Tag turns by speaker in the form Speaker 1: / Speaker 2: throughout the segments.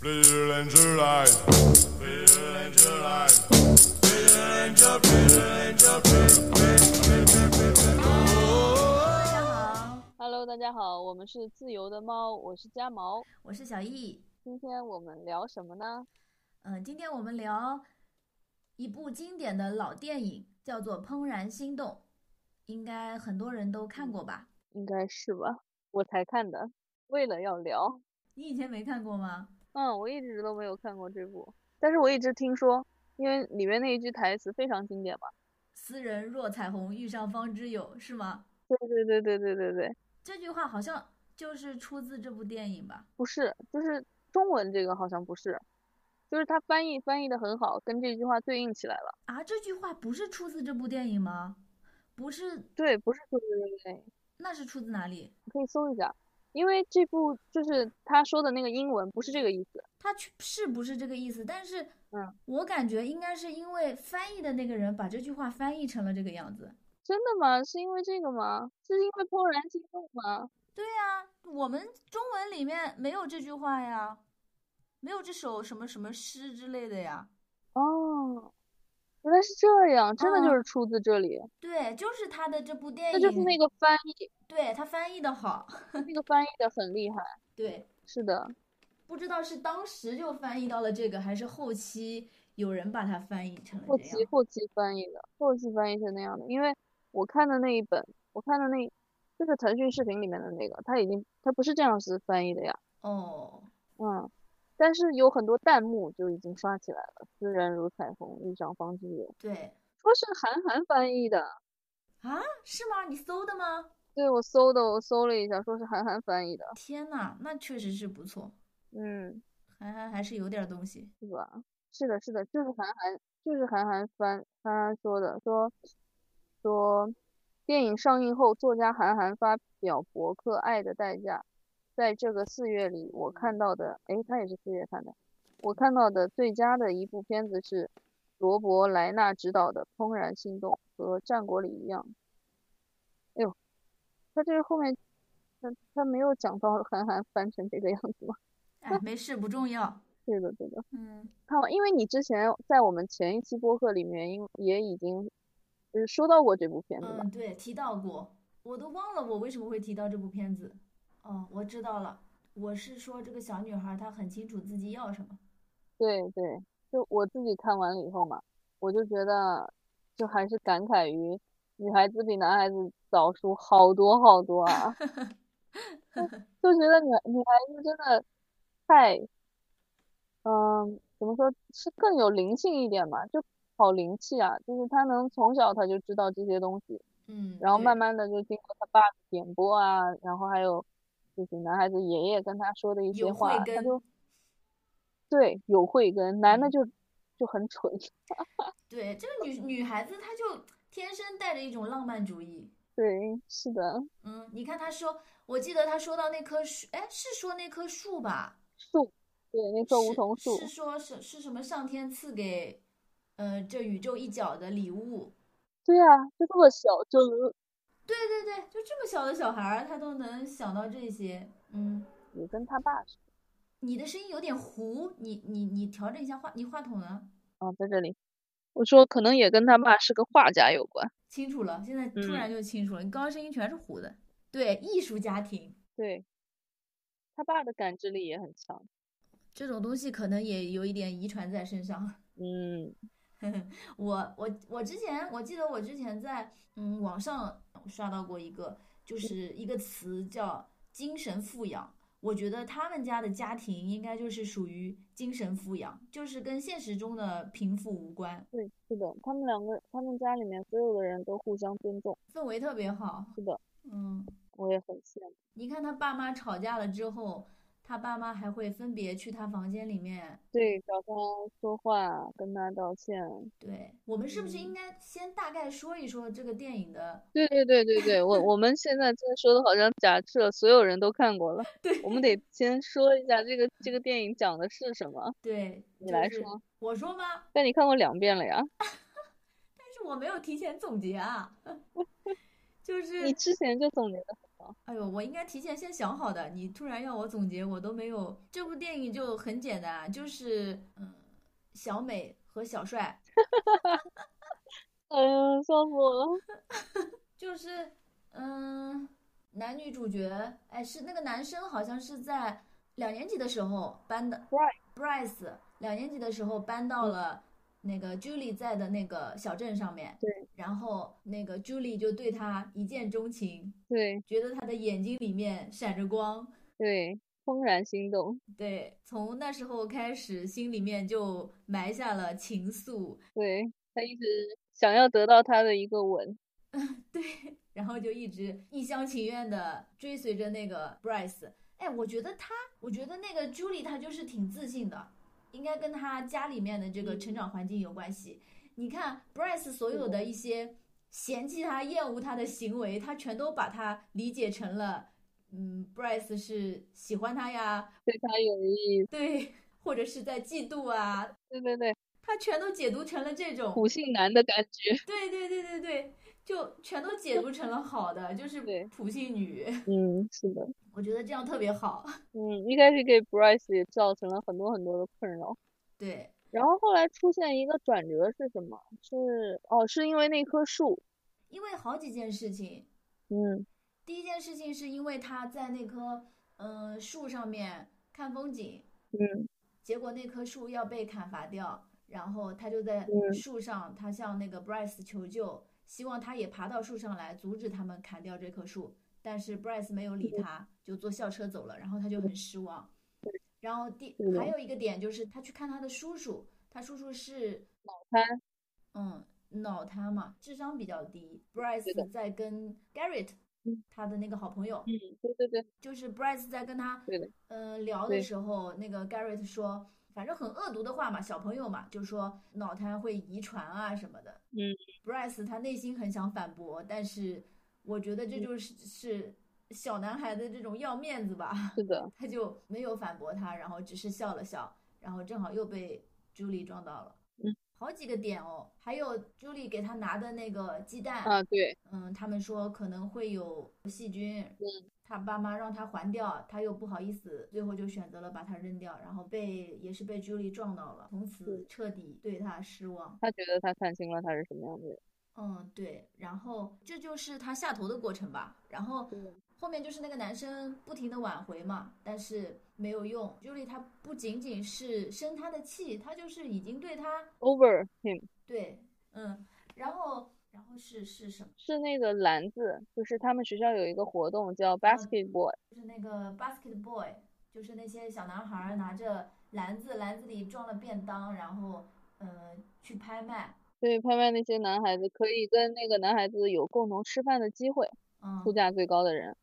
Speaker 1: Blue Ranger light, Blue Ranger light, Blue Ranger, Blue Ranger, Blue.
Speaker 2: 大家好，
Speaker 3: Hello，大家好，我们是自由的猫，我是家毛。
Speaker 2: 我是小易。
Speaker 3: 今天我们聊什么呢？
Speaker 2: 嗯、今天我们聊一部经典的老电影，叫做《怦然心动》，应该很多人都看过吧？
Speaker 3: 应该是吧，我才看的，为了要聊。
Speaker 2: 你以前没看过吗？
Speaker 3: 嗯，我一直都没有看过这部，但是我一直听说，因为里面那一句台词非常经典嘛。
Speaker 2: 斯人若彩虹，遇上方知有，是吗？
Speaker 3: 对对对对对对对，
Speaker 2: 这句话好像就是出自这部电影吧？
Speaker 3: 不是，就是中文这个好像不是，就是它翻译翻译的很好，跟这句话对应起来了。
Speaker 2: 啊，这句话不是出自这部电影吗？不是，
Speaker 3: 对，不是对对对对，
Speaker 2: 那是出自哪里？
Speaker 3: 你可以搜一下，因为这部就是他说的那个英文不是这个意思。
Speaker 2: 它去是不是这个意思？但是，
Speaker 3: 嗯，
Speaker 2: 我感觉应该是因为翻译的那个人把这句话翻译成了这个样子。
Speaker 3: 真的吗？是因为这个吗？是因为怦然心动吗？
Speaker 2: 对呀、我们中文里面没有这句话呀，没有这首什么什么诗之类的呀。
Speaker 3: 哦，原来是这样，真的就
Speaker 2: 嗯
Speaker 3: 是出自这里，
Speaker 2: 对，就是他的这部电
Speaker 3: 那
Speaker 2: 影，
Speaker 3: 就是那个翻译，
Speaker 2: 对他翻译的好，
Speaker 3: 那个翻译的很厉害。
Speaker 2: 对，
Speaker 3: 是的，
Speaker 2: 不知道是当时就翻译到了这个，还是后期有人把它翻译成了
Speaker 3: 后
Speaker 2: 这
Speaker 3: 期
Speaker 2: 样。
Speaker 3: 后期翻译的，后期翻译成那样的，因为我看的那一本，我看的那，就是腾讯视频里面的那个，它已经它不是这样子翻译的呀，
Speaker 2: 哦，
Speaker 3: 嗯，但是有很多弹幕就已经刷起来了，斯人如彩虹，遇上方知有，
Speaker 2: 对
Speaker 3: 说是韩寒翻译的。
Speaker 2: 啊，是吗？你搜的吗？
Speaker 3: 对，我搜的，我搜了一下，说是韩寒翻译的，
Speaker 2: 天呐，那确实是不错，
Speaker 3: 嗯，
Speaker 2: 韩寒还是有点东西。
Speaker 3: 是吧？是的，是的，就是韩寒，就是韩寒翻韩寒说的，说说电影上映后，作家韩寒发表博客《爱的代价》，在这个四月里，我看到的，诶，他也是四月看的，我看到的最佳的一部片子是罗伯莱纳执导的《怦然心动》，和《战国礼》一样。哎呦，他这个后面，他他没有讲到韩寒翻成这个样子吗？
Speaker 2: 哎，没事，不重要。
Speaker 3: 对的，对的。
Speaker 2: 嗯，
Speaker 3: 看完，因为你之前在我们前一期播客里面应也已经呃说到过这部片子吧？
Speaker 2: 嗯，对，提到过，我都忘了我为什么会提到这部片子。哦，我知道了，我是说这个小女孩她很清楚自己要什么。
Speaker 3: 对对，就我自己看完了以后嘛，我就觉得就还是感慨于女孩子比男孩子早熟好多好多啊，就就觉得女女孩子真的太，嗯，怎么说是更有灵性一点嘛，就好灵气啊，就是她能从小她就知道这些东西。
Speaker 2: 嗯，
Speaker 3: 然后慢
Speaker 2: 对
Speaker 3: 慢的就经过他爸的点拨啊，然后还有就是男孩子爷爷跟他说的一些
Speaker 2: 有
Speaker 3: 话，
Speaker 2: 慧
Speaker 3: 他
Speaker 2: 根，
Speaker 3: 就对有慧根，男的
Speaker 2: 嗯
Speaker 3: 就就很蠢，
Speaker 2: 对，这个女女孩子她就天生带着一种浪漫主义。
Speaker 3: 对，是的，
Speaker 2: 嗯，你看她说，我记得她说到那棵树，哎，是说那棵树吧？
Speaker 3: 树，对，那棵梧桐树
Speaker 2: 是，是说是是什么上天赐给，呃，这宇宙一角的礼物。
Speaker 3: 对啊，就这么小就
Speaker 2: 对对对，就这么小的小孩儿，他都能想到这些。嗯，
Speaker 3: 也跟他爸说
Speaker 2: 你的声音有点糊，你你你调整一下话，你话筒呢？
Speaker 3: 啊，在这里，我说可能也跟他爸是个画家有关，
Speaker 2: 清楚了，现在
Speaker 3: 嗯
Speaker 2: 突然就清楚了。你刚刚声音全是糊的。对，艺术家庭
Speaker 3: 对，他爸的感知力也很强，
Speaker 2: 这种东西可能也有一点遗传在身上。
Speaker 3: 嗯，
Speaker 2: 我我我之前我记得我之前在嗯网上刷到过一个，就是一个词叫精神富养。我觉得他们家的家庭应该就是属于精神富养，就是跟现实中的贫富无关，
Speaker 3: 对，是的，他们两个，他们家里面所有的人都互相尊重，
Speaker 2: 氛围特别好。
Speaker 3: 是的，
Speaker 2: 嗯，
Speaker 3: 我也很羡慕，
Speaker 2: 你看他爸妈吵架了之后，他爸妈还会分别去他房间里面。
Speaker 3: 对，找他说话，跟他道歉。
Speaker 2: 对，我们是不是
Speaker 3: 嗯
Speaker 2: 应该先大概说一说这个电影的？
Speaker 3: 对对对对对，我我们现在在说的好像假设所有人都看过了，
Speaker 2: 对
Speaker 3: 我们得先说一下这个这个电影讲的是什么。
Speaker 2: 对，
Speaker 3: 你
Speaker 2: 就
Speaker 3: 来
Speaker 2: 是
Speaker 3: 说，
Speaker 2: 我说吗？
Speaker 3: 但你看过两遍了呀？
Speaker 2: 但是我没有提前总结啊，就是
Speaker 3: 你之前就总结的很好，哦，
Speaker 2: 哎呦，我应该提前先想好的，你突然要我总结，我都没有。这部电影就很简单啊，就是嗯，小美和小帅，
Speaker 3: 哎呀，笑死我了。
Speaker 2: 就是嗯，男女主角，哎，是那个男生好像是在两年级的时候搬的 Bryce，两年级的时候搬到了那个 Julie 在的那个小镇上面，
Speaker 3: 对，
Speaker 2: 然后那个 Julie 就对他一见钟情，
Speaker 3: 对
Speaker 2: 觉得他的眼睛里面闪着光，
Speaker 3: 对，怦然心动。
Speaker 2: 对，从那时候开始，心里面就埋下了情愫，
Speaker 3: 对，他一直想要得到他的一个吻。
Speaker 2: 对，然后就一直一厢情愿的追随着那个 Bryce。哎，我觉得他，我觉得那个 Julie 她就是挺自信的，应该跟她家里面的这个成长环境有关系。你看 Bryce 所有的一些嫌弃他、厌恶他的行为，他全都把他理解成了，嗯，Bryce 是喜欢他呀，
Speaker 3: 对他有意，
Speaker 2: 对，或者是在嫉妒啊，
Speaker 3: 对对对，
Speaker 2: 他全都解读成了这种。
Speaker 3: 普信男的感觉。
Speaker 2: 对对对对对，就全都解读成了好的，就是
Speaker 3: 对
Speaker 2: 普信女，
Speaker 3: 嗯，是的，
Speaker 2: 我觉得这样特别好。
Speaker 3: 嗯，一开始给 Bryce 也造成了很多很多的困扰。
Speaker 2: 对，
Speaker 3: 然后后来出现一个转折是什么？是哦，是因为那棵树。
Speaker 2: 因为好几件事情，
Speaker 3: 嗯
Speaker 2: 第一件事情是因为他在那棵嗯、呃树上面看风景，
Speaker 3: 嗯
Speaker 2: 结果那棵树要被砍伐掉，然后他就在
Speaker 3: 嗯
Speaker 2: 树上，他向那个 Bryce 求救，希望他也爬到树上来阻止他们砍掉这棵树。但是 Bryce 没有理
Speaker 3: 嗯
Speaker 2: 他，就坐校车走了，然后他就很失望。然后第
Speaker 3: 是的
Speaker 2: 还有一个点就是，他去看他的叔叔，他叔叔是
Speaker 3: 瘫，
Speaker 2: 嗯脑瘫嘛，智商比较低。
Speaker 3: 的
Speaker 2: Bryce 在跟 Garrett
Speaker 3: 嗯
Speaker 2: 他的那个好朋友，
Speaker 3: 嗯，对对对，
Speaker 2: 就是 Bryce 在跟他
Speaker 3: 对的
Speaker 2: 呃聊的
Speaker 3: 对
Speaker 2: 时候，那个 Garrett 说，反正很恶毒的话嘛，小朋友嘛，就说脑瘫会遗传啊什么的。
Speaker 3: 嗯
Speaker 2: ，Bryce 他内心很想反驳，但是我觉得这
Speaker 3: 嗯
Speaker 2: 就是、是小男孩的这种要面子吧，
Speaker 3: 是的，
Speaker 2: 他就没有反驳他，然后只是笑了笑，然后正好又被 Julie 撞到了。
Speaker 3: 嗯，
Speaker 2: 好几个点哦，还有 Julie 给他拿的那个鸡蛋，
Speaker 3: 啊对，
Speaker 2: 嗯，他们说可能会有细菌，他爸妈让他还掉，他又不好意思，最后就选择了把它扔掉，然后被也是被 Julie 撞到了，从此
Speaker 3: 是
Speaker 2: 彻底对他失望。
Speaker 3: 他觉得他看清了他是什么样的人。
Speaker 2: 嗯，对，然后这就是他下头的过程吧。然后
Speaker 3: 对
Speaker 2: 后面就是那个男生不停的挽回嘛，但是没有用。Julie 她不仅仅是生他的气，她就是已经对他
Speaker 3: Over him
Speaker 2: 对，嗯，然后然后是是什么？
Speaker 3: 是那个篮子，就是他们学校有一个活动叫 Basket Boy。
Speaker 2: 就是那个 basket boy，就是那些小男孩儿拿着篮子，篮子里装了便当，然后呃去拍卖，
Speaker 3: 对，拍卖那些男孩子可以跟那个男孩子有共同吃饭的机会，
Speaker 2: 嗯
Speaker 3: 出价最高的人。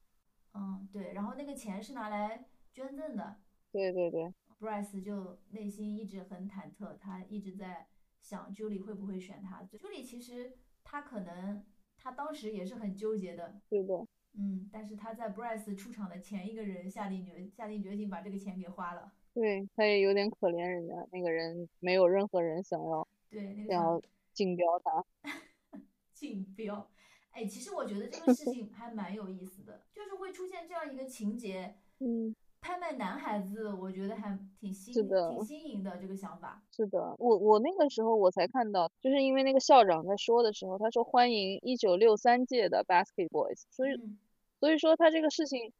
Speaker 2: 嗯对，然后那个钱是拿来捐赠的。
Speaker 3: 对对对，
Speaker 2: Bryce 就内心一直很忐忑，他一直在想 Julie 会不会选他。Julie 其实他可能他当时也是很纠结的，
Speaker 3: 对的，
Speaker 2: 嗯，但是他在 Bryce 出场的前一个人下定决下定决心把这个钱给花了。
Speaker 3: 对，他也有点可怜人家，那个人没有任何人想要
Speaker 2: 对，那个
Speaker 3: 想
Speaker 2: 小
Speaker 3: 要竞标他。
Speaker 2: 竞标。哎，其实我觉得这个事情还蛮有意思的，就是会出现这样一个情节，
Speaker 3: 嗯，
Speaker 2: 拍卖男孩子，我觉得还挺新、
Speaker 3: 是的
Speaker 2: 挺新颖的这个想法。
Speaker 3: 是的，我我那个时候我才看到，就是因为那个校长在说的时候，他说欢迎一九六三届的 Basket Boys，所以
Speaker 2: 嗯，
Speaker 3: 所以说他这个事情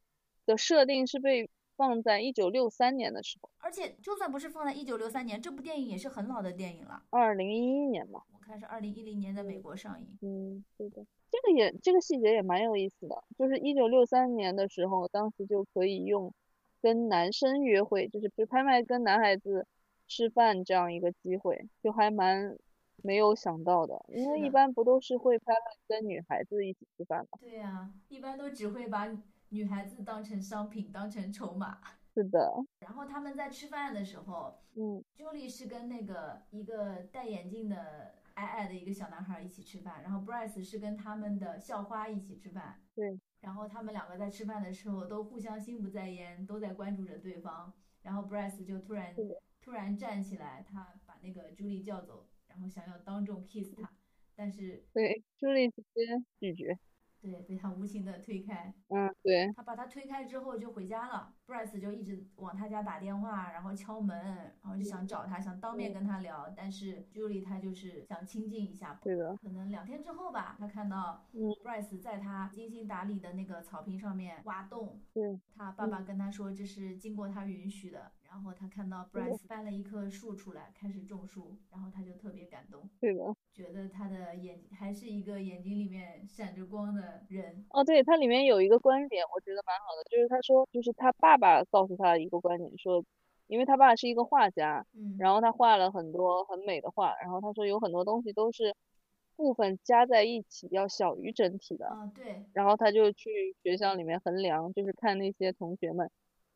Speaker 3: 的设定是被放在一九六三年的时候，
Speaker 2: 而且就算不是放在一九六三年，这部电影也是很老的电影了，
Speaker 3: 二零一一年嘛。
Speaker 2: 我看是二零一零年在美国上映。
Speaker 3: 嗯，对的，这个也这个细节也蛮有意思的，就是一九六三年的时候，当时就可以用跟男生约会，就是就拍卖跟男孩子吃饭这样一个机会，就还蛮没有想到的，因
Speaker 2: 是
Speaker 3: 为一
Speaker 2: 的
Speaker 3: 般不都是会拍卖跟女孩子一起吃饭嘛？
Speaker 2: 对呀、一般都只会把女孩子当成商品，当成筹码。
Speaker 3: 是的，
Speaker 2: 然后他们在吃饭的时候
Speaker 3: 嗯，
Speaker 2: ，Julie 是跟那个一个戴眼镜的矮矮的一个小男孩一起吃饭，然后 Bryce 是跟他们的校花一起吃饭。
Speaker 3: 对。
Speaker 2: 然后他们两个在吃饭的时候都互相心不在焉，都在关注着对方。然后 Bryce 就突然
Speaker 3: 是的
Speaker 2: 突然站起来，他把那个 Julie 叫走，然后想要当众 kiss 她，但是
Speaker 3: 对，朱莉直接拒绝，
Speaker 2: 对，被他无情的推开。
Speaker 3: 嗯，对，
Speaker 2: 他把他推开之后就回家了。Bryce 就一直往他家打电话，然后敲门，然后就想找他，想当面跟他聊。但是 Julie 他就是想亲近一下。
Speaker 3: 对的，
Speaker 2: 可能两天之后吧，他看到
Speaker 3: 嗯
Speaker 2: Bryce 在他精心打理的那个草坪上面挖洞。
Speaker 3: 对，嗯
Speaker 2: 他爸爸跟他说这是经过他允许的。然后他看
Speaker 3: 嗯
Speaker 2: 到 Bryce 搬了一棵树出来，开始种树，然后他就特别感动，
Speaker 3: 对的。
Speaker 2: 觉得他的眼还是一个眼睛里面闪着光的人。
Speaker 3: 哦，对，它里面有一个观点，我觉得蛮好的，就是他说，就是他爸爸告诉他的一个观点，说，因为他爸是一个画家，
Speaker 2: 嗯，
Speaker 3: 然后他画了很多很美的画，然后他说有很多东西都是部分加在一起要小于整体的，
Speaker 2: 啊，对，
Speaker 3: 然后他就去学校里面衡量，就是看那些同学们，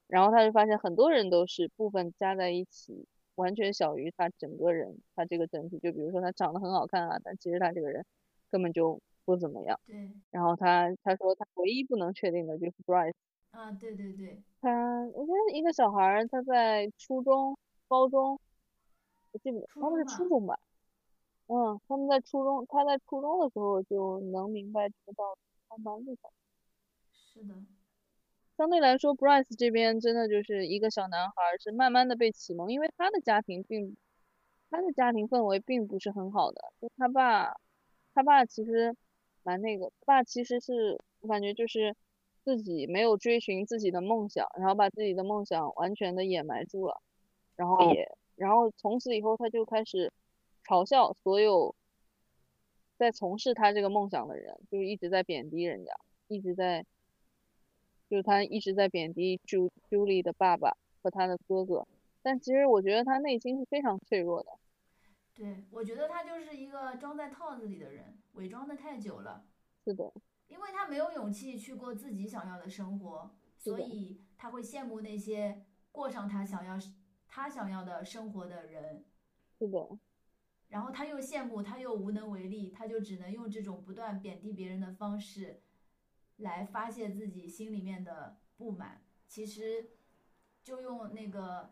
Speaker 3: 然后他就发现很多人都是部分加在一起完全小于他整个人，他这个整体，就比如说他长得很好看啊，但其实他这个人根本就不怎么样。
Speaker 2: 对，
Speaker 3: 然后他他说他唯一不能确定的就是 Bryce，
Speaker 2: 啊，对对对，
Speaker 3: 他我觉得一个小孩儿他在初中、高中，我记不得
Speaker 2: 初
Speaker 3: 他们是初
Speaker 2: 中吧
Speaker 3: 中吧，嗯，他们在初中，他在初中的时候就能明白这个道理，还蛮厉害。
Speaker 2: 是的，
Speaker 3: 相对来说，Bryce 这边真的就是一个小男孩儿是慢慢的被启蒙，因为他的家庭并他的家庭氛围并不是很好的，就他爸，他爸其实蛮那个，他爸其实是我感觉就是自己没有追寻自己的梦想，然后把自己的梦想完全的掩埋住了，然后也，然后从此以后他就开始嘲笑所有在从事他这个梦想的人，就是一直在贬低人家，一直在，就是他一直在贬低朱朱莉的爸爸和他的哥哥，但其实我觉得他内心是非常脆弱的。
Speaker 2: 对，我觉得他就是一个装在套子里的人，伪装的太久了，
Speaker 3: 是的，
Speaker 2: 因为他没有勇气去过自己想要的生活，
Speaker 3: 是
Speaker 2: 所
Speaker 3: 的
Speaker 2: 以他会羡慕那些过上他想要他想要的生活的人，
Speaker 3: 是的，
Speaker 2: 然后他又羡慕，他又无能为力，他就只能用这种不断贬低别人的方式来发泄自己心里面的不满。其实就用那个，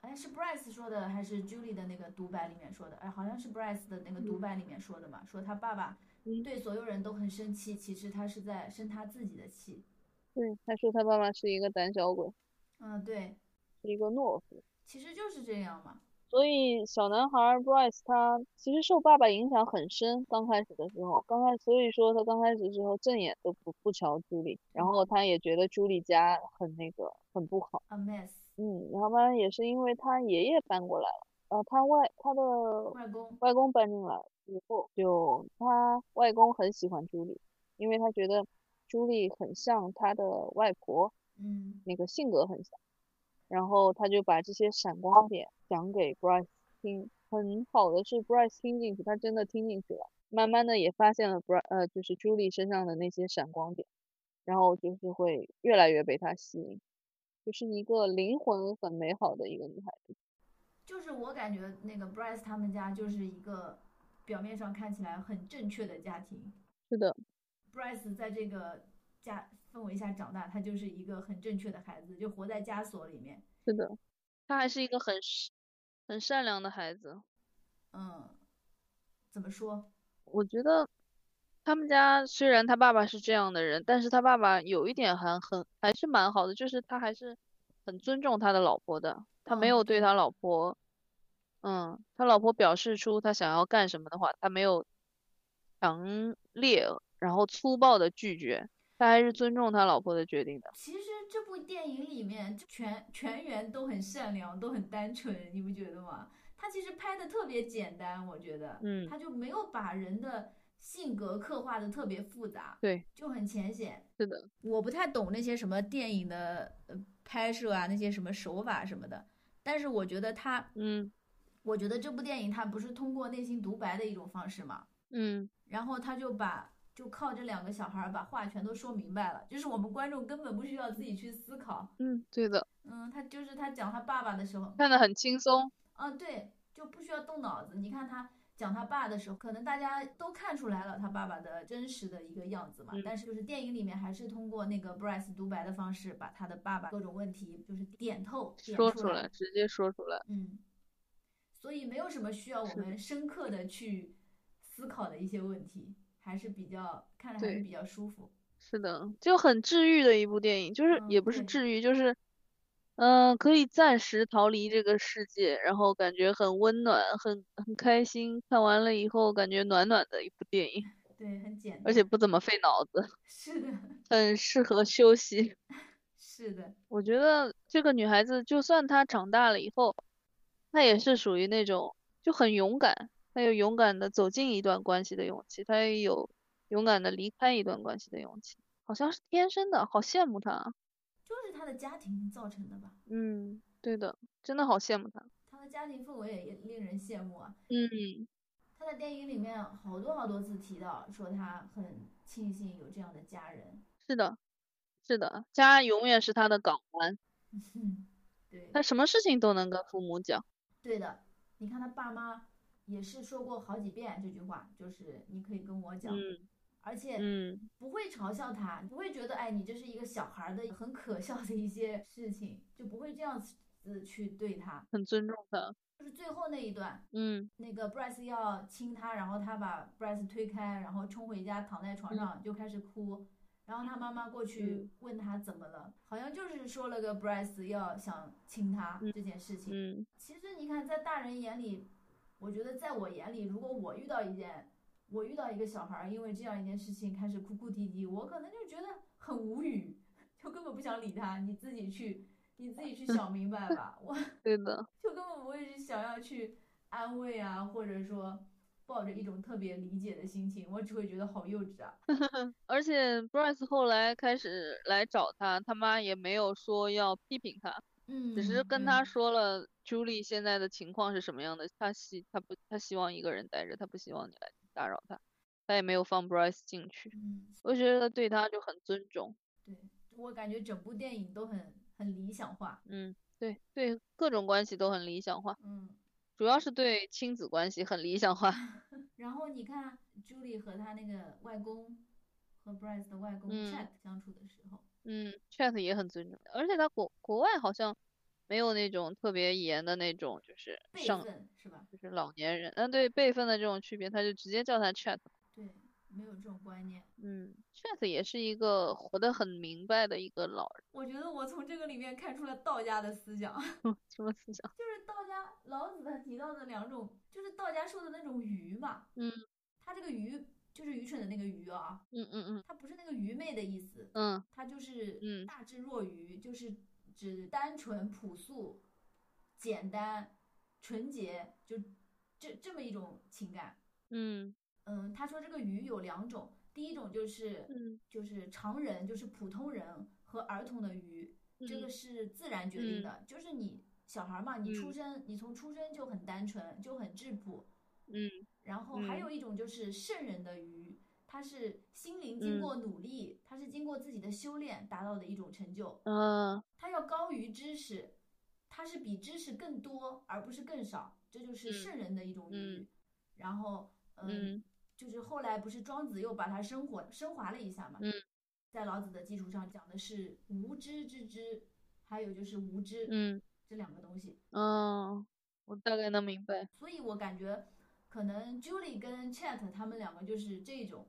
Speaker 2: 哎，是 Bryce 说的还是 Julie 的那个独白里面说的？哎，好像是 Bryce 的那个独白里面说的嘛，说他爸爸
Speaker 3: 嗯
Speaker 2: 对所有人都很生气，其实他是在生他自己的气。
Speaker 3: 对，他说他爸爸是一个胆小鬼，
Speaker 2: 嗯，对，
Speaker 3: 是一个懦夫。
Speaker 2: 其实就是这样嘛。
Speaker 3: 所以小男孩儿 Bryce 他其实受爸爸影响很深，刚开始的时候，刚开所以说他刚开始的时候正眼都不不瞧朱莉，然后他也觉得朱莉家很那个很不好，
Speaker 2: A mess，
Speaker 3: 嗯，然后当然也是因为他爷爷搬过来了，呃，他外他的
Speaker 2: 外公，
Speaker 3: 外公搬进来以后，就他外公很喜欢朱莉，因为他觉得朱莉很像他的外婆，
Speaker 2: 嗯，
Speaker 3: 那个性格很像，然后他就把这些闪光点讲给 Bryce 听。很好的是 Bryce 听进去，他真的听进去了，慢慢的也发现了 Bry 呃就是 Julie 身上的那些闪光点，然后就是会越来越被他吸引，就是一个灵魂很美好的一个女孩子。
Speaker 2: 就是我感觉那个 Bryce 他们家就是一个表面上看起来很正确的家庭。
Speaker 3: 是的，
Speaker 2: Bryce 在这个家氛围下长大，他就是一个很正确的孩子，就活在枷锁里面。
Speaker 3: 是的，她还是一个很善很善良的孩子。
Speaker 2: 嗯，怎么说？
Speaker 3: 我觉得他们家虽然他爸爸是这样的人，但是他爸爸有一点还很还是蛮好的，就是他还是很尊重他的老婆的，他没
Speaker 2: 嗯
Speaker 3: 有对他老婆，嗯，他老婆表示出他想要干什么的话，他没有强烈然后粗暴的拒绝，他还是尊重他老婆的决定的。
Speaker 2: 其实这部电影里面就全全员都很善良，都很单纯，你不觉得吗？他其实拍的特别简单，我觉得，
Speaker 3: 嗯
Speaker 2: 他就没有把人的性格刻画的特别复杂，
Speaker 3: 对，
Speaker 2: 就很浅显。
Speaker 3: 是的，
Speaker 2: 我不太懂那些什么电影的呃拍摄啊，那些什么手法什么的，但是我觉得他
Speaker 3: 嗯
Speaker 2: 我觉得这部电影它不是通过内心独白的一种方式嘛，
Speaker 3: 嗯，
Speaker 2: 然后他就把就靠这两个小孩儿把话全都说明白了，就是我们观众根本不需要自己去思考。
Speaker 3: 嗯，对的，
Speaker 2: 嗯，他就是他讲他爸爸的时候，
Speaker 3: 看得很轻松，
Speaker 2: 啊对，就不需要动脑子。你看他讲他爸的时候，可能大家都看出来了他爸爸的真实的一个样子嘛，
Speaker 3: 嗯
Speaker 2: 但是就是电影里面还是通过那个 Bryce 独白的方式，把他的爸爸各种问题就是点透点
Speaker 3: 说
Speaker 2: 出
Speaker 3: 出
Speaker 2: 来
Speaker 3: 来，。直接说出来。
Speaker 2: 嗯，所以没有什么需要我
Speaker 3: 是的
Speaker 2: 们深刻的去思考的一些问题。还是比较看的还是
Speaker 3: 对
Speaker 2: 比较舒服。
Speaker 3: 是的，就很治愈的一部电影，就是
Speaker 2: 嗯
Speaker 3: 也不是
Speaker 2: 对
Speaker 3: 治愈，就是，嗯、可以暂时逃离这个世界，然后感觉很温暖，很很开心。看完了以后，感觉暖暖的一部电影，
Speaker 2: 对，很简单。
Speaker 3: 而且不怎么费脑子，
Speaker 2: 是的，
Speaker 3: 很适合休息。
Speaker 2: 是的，
Speaker 3: 我觉得这个女孩子，就算她长大了以后，她也是属于那种就很勇敢，她有勇敢的走进一段关系的勇气，她也有勇敢的离开一段关系的勇气，好像是天生的，好羡慕她啊。
Speaker 2: 就是他的家庭造成的吧。
Speaker 3: 嗯，对的，真的好羡慕他。
Speaker 2: 他的家庭氛围也也令人羡慕啊。
Speaker 3: 嗯，
Speaker 2: 他在电影里面好多好多次提到说他很庆幸有这样的家人。
Speaker 3: 是的，是的，家永远是他的港湾，
Speaker 2: 嗯，对，
Speaker 3: 他什么事情都能跟父母讲。
Speaker 2: 对的。你看他爸妈也是说过好几遍这句话，就是你可以跟我讲，
Speaker 3: 嗯
Speaker 2: 而且
Speaker 3: 嗯，
Speaker 2: 不会嘲笑他，不会觉得哎你这是一个小孩儿的很可笑的一些事情，就不会这样子呃去对他。
Speaker 3: 很尊重他。
Speaker 2: 就是最后那一段，
Speaker 3: 嗯
Speaker 2: 那个 Bryce 要亲他，然后他把 Bryce 推开，然后冲回家，躺在床上就开始哭。然后他妈妈过去
Speaker 3: 嗯
Speaker 2: 问他怎么了，好像就是说了个 Bryce 要想亲他
Speaker 3: 嗯
Speaker 2: 这件事情。
Speaker 3: 嗯
Speaker 2: 其实你看，在大人眼里，我觉得在我眼里，如果我遇到一件，我遇到一个小孩儿因为这样一件事情开始哭哭啼啼，我可能就觉得很无语，就根本不想理他。你自己去，你自己去想明白吧。 我
Speaker 3: 对的，
Speaker 2: 就根本不会去想要去安慰啊，或者说抱着一种特别理解的心情，我只会觉得好幼稚啊。
Speaker 3: 而且 Bryce 后来开始来找他，他妈也没有说要批评他，
Speaker 2: 嗯
Speaker 3: 只是跟他说了 Julie 现在的情况是什么样的，他希他不他希望一个人待着，他不希望你来打扰他，他也没有放 Bryce 进去。
Speaker 2: 嗯，
Speaker 3: 我觉得对他就很尊重。
Speaker 2: 对我感觉整部电影都很很理想化。
Speaker 3: 嗯，对对，各种关系都很理想化，
Speaker 2: 嗯，
Speaker 3: 主要是对亲子关系很理想 化。
Speaker 2: 然后你看朱莉和她那个外公和 Bryce 的外公
Speaker 3: 嗯
Speaker 2: Chat 相处的时候，
Speaker 3: 嗯，Chat 也很尊重，而且他国国外好像没有那种特别严的那种，就是
Speaker 2: 辈
Speaker 3: 上
Speaker 2: 分是吧？
Speaker 3: 就是老年人，嗯，对辈分的这种区别，他就直接叫他 Chat。
Speaker 2: 对，没有这种观念。
Speaker 3: 嗯，Chat 也是一个活得很明白的一个老人，
Speaker 2: 我觉得我从这个里面看出了道家的思想。
Speaker 3: 什么思想？
Speaker 2: 就是道家老子他提到的两种，就是道家说的那种愚嘛。
Speaker 3: 嗯，
Speaker 2: 他这个愚就是愚蠢的那个愚啊，
Speaker 3: 嗯嗯嗯
Speaker 2: 他不是那个愚昧的意思，
Speaker 3: 嗯
Speaker 2: 他就是
Speaker 3: 嗯
Speaker 2: 大智若愚，就是指单纯、朴素、简单、纯洁，就这这么一种情感。
Speaker 3: 嗯
Speaker 2: 嗯，他说这个愚有两种，第一种就是
Speaker 3: 嗯
Speaker 2: 就是常人，就是普通人和儿童的愚，这个
Speaker 3: 嗯
Speaker 2: 是自然决定的，就是你小孩嘛，你出
Speaker 3: 嗯
Speaker 2: 生，你从出生就很单纯，就很质朴。
Speaker 3: 嗯
Speaker 2: 然后
Speaker 3: 嗯
Speaker 2: 还有一种就是圣人的愚，他是心灵经
Speaker 3: 嗯
Speaker 2: 过努力，他是经过自己的修炼达到的一种成就，
Speaker 3: 嗯
Speaker 2: 他要高于知识，他是比知识更多而不是更少，这就是
Speaker 3: 嗯
Speaker 2: 圣人的一种愚。
Speaker 3: 嗯
Speaker 2: 然后，嗯
Speaker 3: 嗯
Speaker 2: 就是后来不是庄子又把它升华升华了一下嘛？
Speaker 3: 嗯，
Speaker 2: 在老子的基础上讲的是无知之知，还有就是无知、
Speaker 3: 嗯
Speaker 2: 这两个东西。
Speaker 3: 嗯，我大概能明白。
Speaker 2: 所以我感觉，可能 Julie 跟 Chat 他们两个就是这种，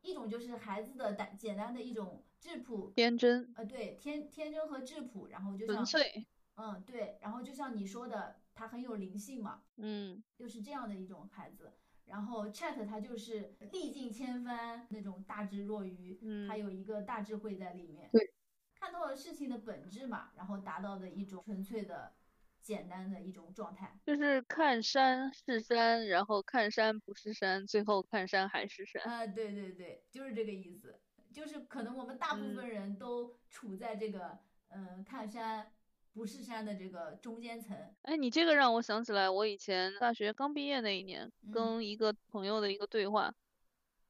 Speaker 2: 一种就是孩子的单简单的一种质朴，
Speaker 3: 天真
Speaker 2: 呃，对，天天真和质朴，然后就
Speaker 3: 纯
Speaker 2: 像，
Speaker 3: 粹，
Speaker 2: 嗯，对，然后就像你说的，他很有灵性嘛，
Speaker 3: 嗯
Speaker 2: 又是这样的一种孩子。然后 Chat 他就是历尽千帆那种大智若愚，
Speaker 3: 嗯
Speaker 2: 他有一个大智慧在里面，
Speaker 3: 对，
Speaker 2: 看透了事情的本质嘛，然后达到的一种纯粹的、简单的一种状态。
Speaker 3: 就是看山是山，然后看山不是山，最后看山还是山。
Speaker 2: 呃，对对对，就是这个意思，就是可能我们大部
Speaker 3: 嗯
Speaker 2: 分人都处在这个嗯、呃看山不是山的这个中间层，
Speaker 3: 哎，你这个让我想起来，我以前大学刚毕业那一年，
Speaker 2: 嗯
Speaker 3: 跟一个朋友的一个对话，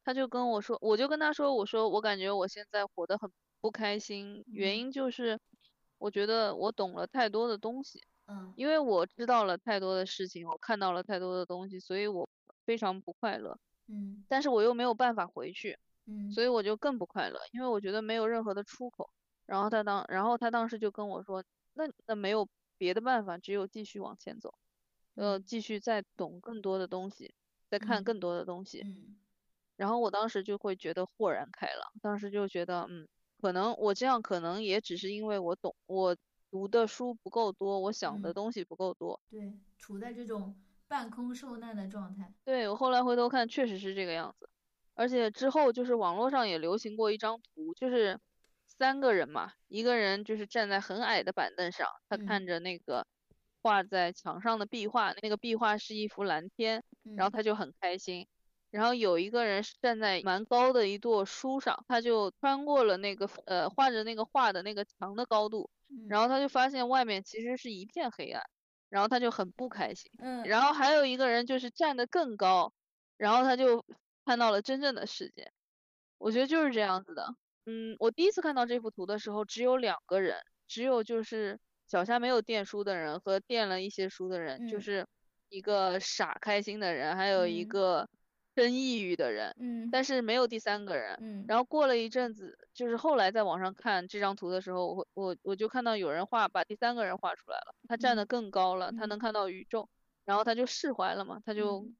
Speaker 3: 他就跟我说，我就跟他说，我说我感觉我现在活得很不开心，
Speaker 2: 嗯
Speaker 3: 原因就是我觉得我懂了太多的东西，
Speaker 2: 嗯
Speaker 3: 因为我知道了太多的事情，我看到了太多的东西，所以我非常不快乐，
Speaker 2: 嗯
Speaker 3: 但是我又没有办法回去。
Speaker 2: 嗯，
Speaker 3: 所以我就更不快乐，因为我觉得没有任何的出口。然后他当，然后他当时就跟我说，那那没有别的办法，只有继续往前走，要
Speaker 2: 嗯
Speaker 3: 继续再懂更多的东西，再看
Speaker 2: 嗯
Speaker 3: 更多的东西。
Speaker 2: 嗯
Speaker 3: 然后我当时就会觉得豁然开朗，当时就觉得，嗯，可能我这样可能也只是因为我懂，我读的书不够多，我想的
Speaker 4: 嗯
Speaker 3: 东西不够多。
Speaker 4: 对，处在这种半空受难的状态。
Speaker 3: 对，我后来回头看，确实是这个样子。而且之后就是网络上也流行过一张图，就是三个人嘛，一个人就是站在很矮的板凳上，他
Speaker 4: 嗯
Speaker 3: 看着那个画在墙上的壁画，那个壁画是一幅蓝天，然后
Speaker 4: 嗯
Speaker 3: 他就很开心。然后有一个人是站在蛮高的一垛书上，他就穿过了那个呃画着那个画的那个墙的高度，
Speaker 4: 嗯，
Speaker 3: 然后他就发现外面其实是一片黑暗，然后他就很不开心。
Speaker 4: 嗯，
Speaker 3: 然后还有一个人就是站得更高，然后他就看到了真正的世界。我觉得就是这样子的。嗯，我第一次看到这幅图的时候，只有两个人，只有就是脚下没有垫书的人和垫了一些书的人，就
Speaker 4: 嗯
Speaker 3: 是一个傻开心的人，还有一
Speaker 4: 嗯
Speaker 3: 个真抑郁的人，
Speaker 4: 嗯
Speaker 3: 但是没有第三个人。
Speaker 4: 嗯，
Speaker 3: 然后过了一阵子，就是后来在网上看这张图的时候，我会我我就看到有人画把第三个人画出来了，他站得
Speaker 4: 嗯
Speaker 3: 更高了，他
Speaker 4: 嗯
Speaker 3: 能看到宇宙，然后他就释怀了嘛，他就
Speaker 4: 嗯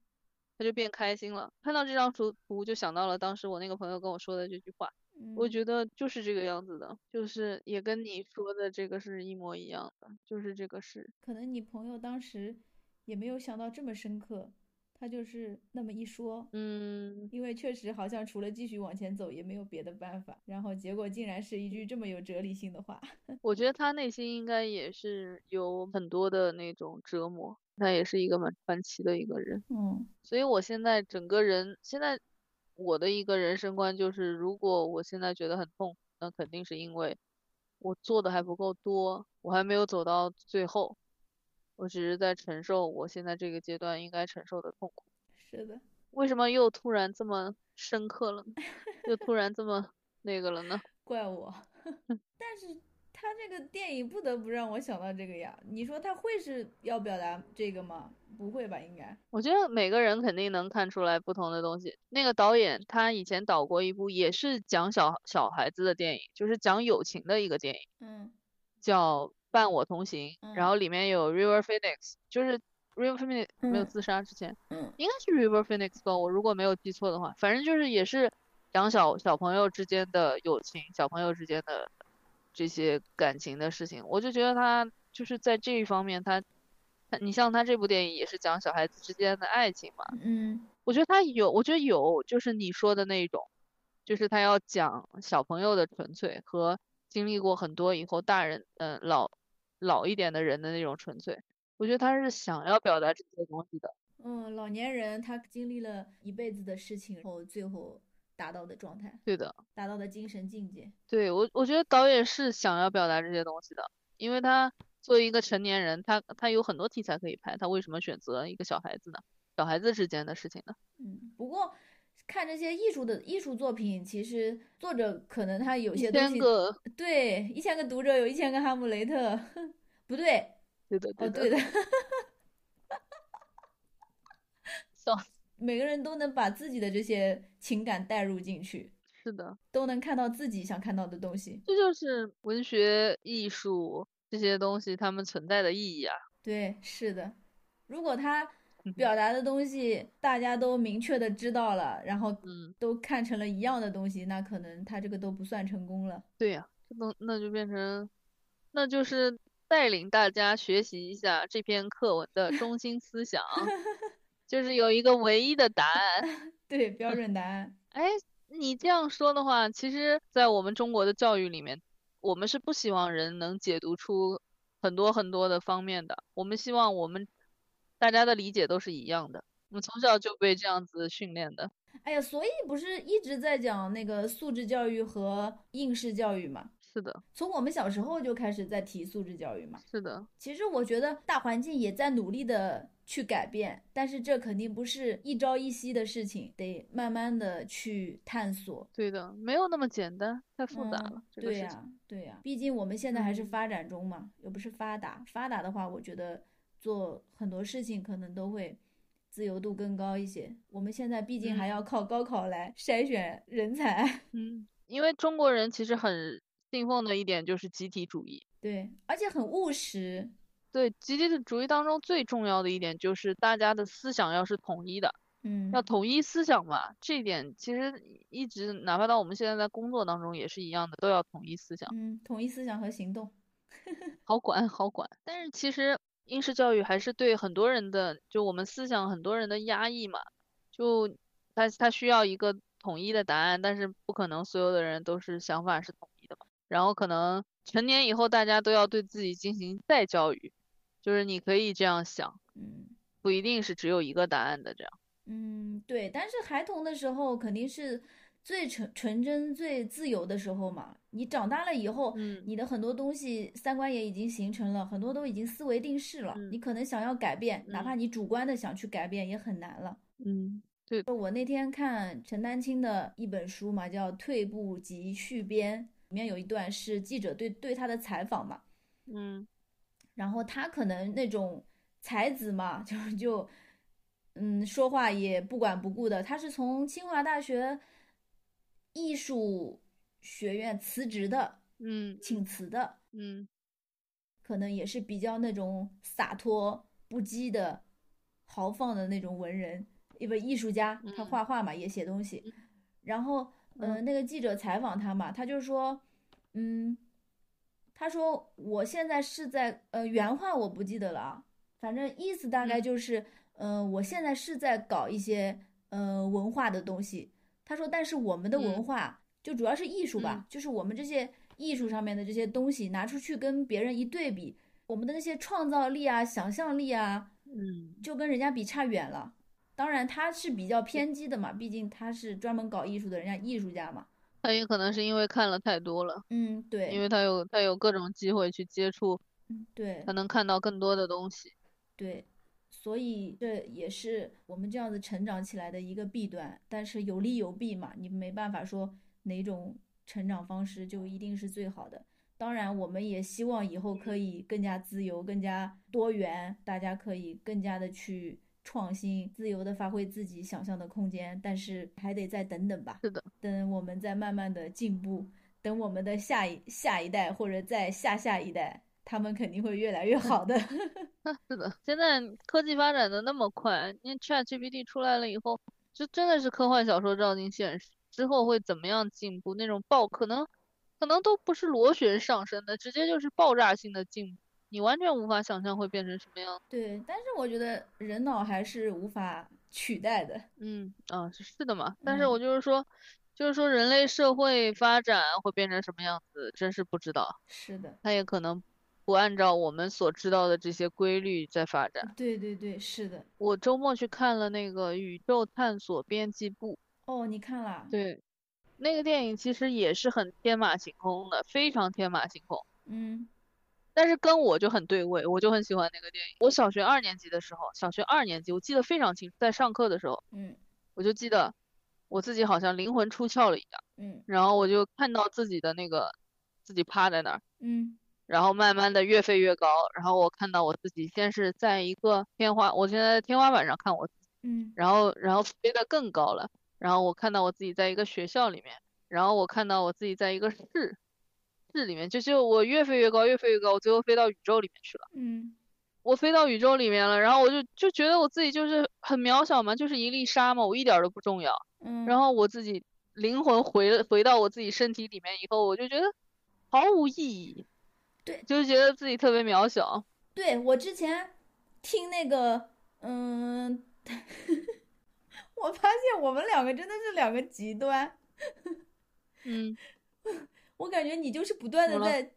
Speaker 3: 他就变开心了。看到这张图图就想到了当时我那个朋友跟我说的这句话，我
Speaker 4: 嗯
Speaker 3: 觉得就是这个样子的，就是也跟你说的这个是一模一样的，就是这个是
Speaker 4: 可能你朋友当时也没有想到这么深刻，他就是那么一说，
Speaker 3: 嗯
Speaker 4: 因为确实好像除了继续往前走也没有别的办法，然后结果竟然是一句这么有哲理性的话。
Speaker 3: 我觉得他内心应该也是有很多的那种折磨，他也是一个蛮传奇的一个人。
Speaker 4: 嗯
Speaker 3: 所以我现在整个人，现在我的一个人生观就是，如果我现在觉得很痛苦，那肯定是因为我做的还不够多，我还没有走到最后，我只是在承受我现在这个阶段应该承受的痛苦。
Speaker 4: 是的，
Speaker 3: 为什么又突然这么深刻了呢？又突然这么那个了呢？
Speaker 4: 怪我。
Speaker 3: 嗯
Speaker 4: 但是他这个电影不得不让我想到这个呀，你说他会是要表达这个吗？不会吧，应该。
Speaker 3: 我觉得每个人肯定能看出来不同的东西。那个导演他以前导过一部也是讲小小孩子的电影，就是讲友情的一个电影。
Speaker 4: 嗯
Speaker 3: 叫《伴我同行》，然
Speaker 4: 嗯
Speaker 3: 后里面有 River Phoenix，就是 River Phoenix 没有
Speaker 4: 嗯
Speaker 3: 自杀之前，
Speaker 4: 嗯
Speaker 3: 应该是 River Phoenix 吧，我如果没有记错的话，反正就是也是讲小小朋友之间的友情，小朋友之间的这些感情的事情，我就觉得他就是在这一方面他。他你像他这部电影也是讲小孩子之间的爱情嘛，
Speaker 4: 嗯
Speaker 3: 我觉得他有，我觉得有，就是你说的那一种，就是他要讲小朋友的纯粹和经历过很多以后大人，嗯、老老一点的人的那种纯粹。我觉得他是想要表达这些东西的。
Speaker 4: 嗯，老年人他经历了一辈子的事情后，最后达到的状态，
Speaker 3: 对的，
Speaker 4: 达到的精神境界。
Speaker 3: 对，我我觉得导演是想要表达这些东西的，因为他作为一个成年人，他他有很多题材可以拍，他为什么选择一个小孩子呢？小孩子之间的事情呢？
Speaker 4: 嗯，不过看这些艺术的艺术作品，其实作者可能他有
Speaker 3: 一
Speaker 4: 些东
Speaker 3: 千
Speaker 4: 西，
Speaker 3: 个，
Speaker 4: 对，一千个读者有一千个哈姆雷特， 不对，
Speaker 3: 对的，
Speaker 4: 哦
Speaker 3: 对的，
Speaker 4: 对的，
Speaker 3: 笑死，
Speaker 4: 每个人都能把自己的这些情感带入进去，
Speaker 3: 是的。
Speaker 4: 都能看到自己想看到的东西。
Speaker 3: 这就是文学、艺术这些东西它们存在的意义啊。
Speaker 4: 对，是的，如果他
Speaker 3: 嗯
Speaker 4: 表达的东西大家都明确的知道了，然后
Speaker 3: 嗯，
Speaker 4: 都看成了一样的东西，那可能他这个都不算成功了。
Speaker 3: 对呀、这东那就变成，那就是带领大家学习一下这篇课文的中心思 想，就是有一个唯一的答案。
Speaker 4: 对，标准答案。
Speaker 3: 哎，你这样说的话，其实，在我们中国的教育里面，我们是不希望人能解读出很多很多的方面的，我们希望我们大家的理解都是一样的。我们从小就被这样子训练的。
Speaker 4: 哎呀，所以不是一直在讲那个素质教育和应试教育嘛？
Speaker 3: 是的，
Speaker 4: 从我们小时候就开始在提素质教育嘛。
Speaker 3: 是的，
Speaker 4: 其实我觉得大环境也在努力的去改变，但是这肯定不是一朝一夕的事情，得慢慢的去探索。
Speaker 3: 对的，没有那么简单，太复杂
Speaker 4: 嗯
Speaker 3: 了，这个
Speaker 4: 对
Speaker 3: 事
Speaker 4: 呀、
Speaker 3: 情。
Speaker 4: 对呀、毕竟我们现在还是
Speaker 3: 嗯
Speaker 4: 发展中嘛，又不是发达。发达的话，我觉得做很多事情可能都会自由度更高一些。我们现在毕竟还要
Speaker 3: 嗯
Speaker 4: 靠高考来筛选人才，
Speaker 3: 嗯，因为中国人其实很信奉的一点就是集体主义。
Speaker 4: 对，而且很务实，
Speaker 3: 对，集体主义当中最重要的一点就是大家的思想要是统一的，
Speaker 4: 嗯
Speaker 3: 要统一思想吧，这一点其实一直哪怕到我们现在在工作当中也是一样的，都要统一思想，
Speaker 4: 嗯，统一思想和行动。
Speaker 3: 好管好管。但是其实应试教育还是对很多人的，就我们思想很多人的压抑嘛，就他他需要一个统一的答案，但是不可能所有的人都是想法是统一的嘛。然后可能成年以后大家都要对自己进行再教育，就是你可以这样想，
Speaker 4: 嗯
Speaker 3: 不一定是只有一个答案的这样。
Speaker 4: 嗯，对。但是孩童的时候肯定是最纯纯真、最自由的时候嘛。你长大了以后，
Speaker 3: 嗯
Speaker 4: 你的很多东西三观也已经形成了，很多都已经思维定式了。
Speaker 3: 嗯
Speaker 4: 你可能想要改变，哪怕
Speaker 3: 嗯
Speaker 4: 你主观的想去改变，也很难了。
Speaker 3: 嗯，对，
Speaker 4: 我那天看陈丹青的一本书嘛，叫《退步及续编》，里面有一段是记者对对他的采访嘛，
Speaker 3: 嗯
Speaker 4: 然后他可能那种才子嘛，就就嗯说话也不管不顾的，他是从清华大学艺术学院辞职的，
Speaker 3: 嗯
Speaker 4: 请辞的，
Speaker 3: 嗯。
Speaker 4: 可能也是比较那种洒脱不羁的、豪放的那种文人，一个艺术家，他
Speaker 3: 嗯
Speaker 4: 画画嘛，也写东西。然后，
Speaker 3: 嗯
Speaker 4: 呃，那个记者采访他嘛，他就说，嗯，他说我现在是在，呃，原话我不记得了啊，反正意思大概
Speaker 3: 嗯
Speaker 4: 就是，呃，我现在是在搞一些，呃，文化的东西。他说，但是我们的文
Speaker 3: 嗯
Speaker 4: 化就主要是艺术吧，就是我们这些艺术上面的这些东西拿出去跟别人一对比，我们的那些创造力啊、想象力啊，
Speaker 3: 嗯
Speaker 4: 就跟人家比差远了。当然，他是比较偏激的嘛，毕竟他是专门搞艺术的，人家艺术家嘛。
Speaker 3: 他也可能是因为看了太多了，
Speaker 4: 嗯，
Speaker 3: 因
Speaker 4: 对，
Speaker 3: 为他有他有各种机会去接触，
Speaker 4: 嗯，对
Speaker 3: 他，能看到更多的东西。
Speaker 4: 对，所以这也是我们这样子成长起来的一个弊端。但是有利有弊嘛，你没办法说哪种成长方式就一定是最好的。当然，我们也希望以后可以更加自由、更加多元，大家可以更加的去创新，自由的发挥自己想象的空间。但是还得再等等吧，
Speaker 3: 是的，
Speaker 4: 等我们再慢慢的进步，等我们的下一下一代或者再下下一代，他们肯定会越来越好的。
Speaker 3: 是的。现在科技发展的那么快，因为 ChatGPT 出来了以后，就真的是科幻小说照进现实，之后会怎么样进步？那种爆可能可能都不是螺旋上升的，直接就是爆炸性的进步，你完全无法想象会变成什么样。
Speaker 4: 对，但是我觉得人脑还是无法取代的。
Speaker 3: 嗯，啊，是是的嘛，但是
Speaker 4: 嗯
Speaker 3: 我就是说，就是说人类社会发展会变成什么样子，真是不知道。
Speaker 4: 是的，
Speaker 3: 它也可能不按照我们所知道的这些规律在发展。
Speaker 4: 对对对，是的。
Speaker 3: 我周末去看了那个《宇宙探索编辑部
Speaker 4: 哦，你看啦》，？
Speaker 3: 对，那个电影其实也是很天马行空的，非常天马行空，
Speaker 4: 嗯
Speaker 3: 但是跟我就很对味，我就很喜欢那个电影。我小学二年级的时候，小学二年级我记得非常清楚，在上课的时候，
Speaker 4: 嗯
Speaker 3: 我就记得我自己好像灵魂出窍了一样，
Speaker 4: 嗯
Speaker 3: 然后我就看到自己的那个自己趴在那儿。
Speaker 4: 嗯
Speaker 3: 然后慢慢的越飞越高，然后我看到我自己先是在一个天花，我现在在天花板上看我，
Speaker 4: 嗯
Speaker 3: 然后然后飞得更高了，然后我看到我自己在一个学校里面，然后我看到我自己在一个市市里面，就是我越飞越高，越飞越高，我最后飞到宇宙里面去了。
Speaker 4: 嗯
Speaker 3: 我飞到宇宙里面了，然后我就就觉得我自己就是很渺小嘛，就是一粒沙嘛，我一点儿都不重要。
Speaker 4: 嗯，
Speaker 3: 然后我自己灵魂回了回到我自己身体里面以后，我就觉得毫无意义，
Speaker 4: 对
Speaker 3: 就是觉得自己特别渺小。
Speaker 4: 对我之前听那个，嗯， 我发现我们两个真的是两个极端。
Speaker 3: 嗯，
Speaker 4: 我感觉你就是不断的
Speaker 3: 怎么了
Speaker 4: 在，